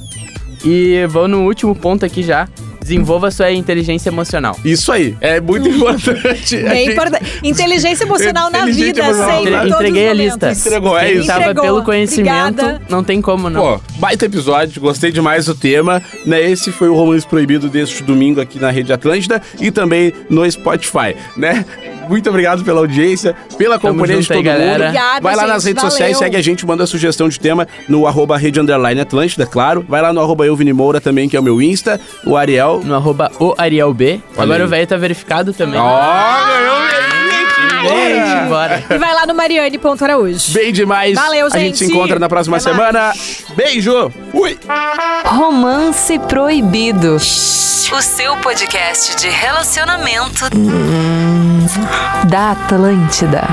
Speaker 2: E vou no último ponto aqui já. Desenvolva sua inteligência emocional.
Speaker 1: Isso aí. É muito importante. É A
Speaker 3: Hum. Bem
Speaker 1: gente-
Speaker 3: importante. Inteligência emocional na
Speaker 1: Inteligente
Speaker 3: vida,
Speaker 1: emocional.
Speaker 3: sempre.
Speaker 1: Entre-
Speaker 3: em todos
Speaker 2: entreguei
Speaker 3: os
Speaker 2: a lista.
Speaker 3: momentos.
Speaker 1: Entregou, é
Speaker 2: Quem
Speaker 1: isso.
Speaker 2: tava
Speaker 3: Entregou.
Speaker 2: pelo conhecimento,
Speaker 3: Obrigada.
Speaker 2: não tem como não.
Speaker 1: Pô, baita episódio, gostei demais do tema. Né? Esse foi o Romance Proibido deste domingo aqui na Rede Atlântida e também no Spotify, né? Muito obrigado pela audiência, pela
Speaker 2: Tamo
Speaker 1: companhia de
Speaker 2: junto aí,
Speaker 1: todo mundo.
Speaker 2: galera.
Speaker 3: Obrigada,
Speaker 1: Vai lá
Speaker 3: gente,
Speaker 1: nas redes
Speaker 3: valeu.
Speaker 1: sociais, segue a gente, manda sugestão de tema no arroba Rede Underline Atlântida, claro. Vai lá no arroba eu, Vini Moura também, que é o meu Insta, o Ariel.
Speaker 2: No arroba o Ariel B.
Speaker 1: Olha
Speaker 2: Agora
Speaker 1: aí. Ah.
Speaker 2: o velho tá verificado também.
Speaker 1: ganhou
Speaker 2: Ah, Gente, bora.
Speaker 3: E vai lá no Mariane.araújo.
Speaker 1: Bem demais.
Speaker 3: Valeu,
Speaker 1: A gente se
Speaker 3: gente.
Speaker 1: encontra na próxima
Speaker 3: Até
Speaker 1: semana. Beijo. Fui.
Speaker 4: Romance Proibido. O seu podcast de relacionamento da Atlântida.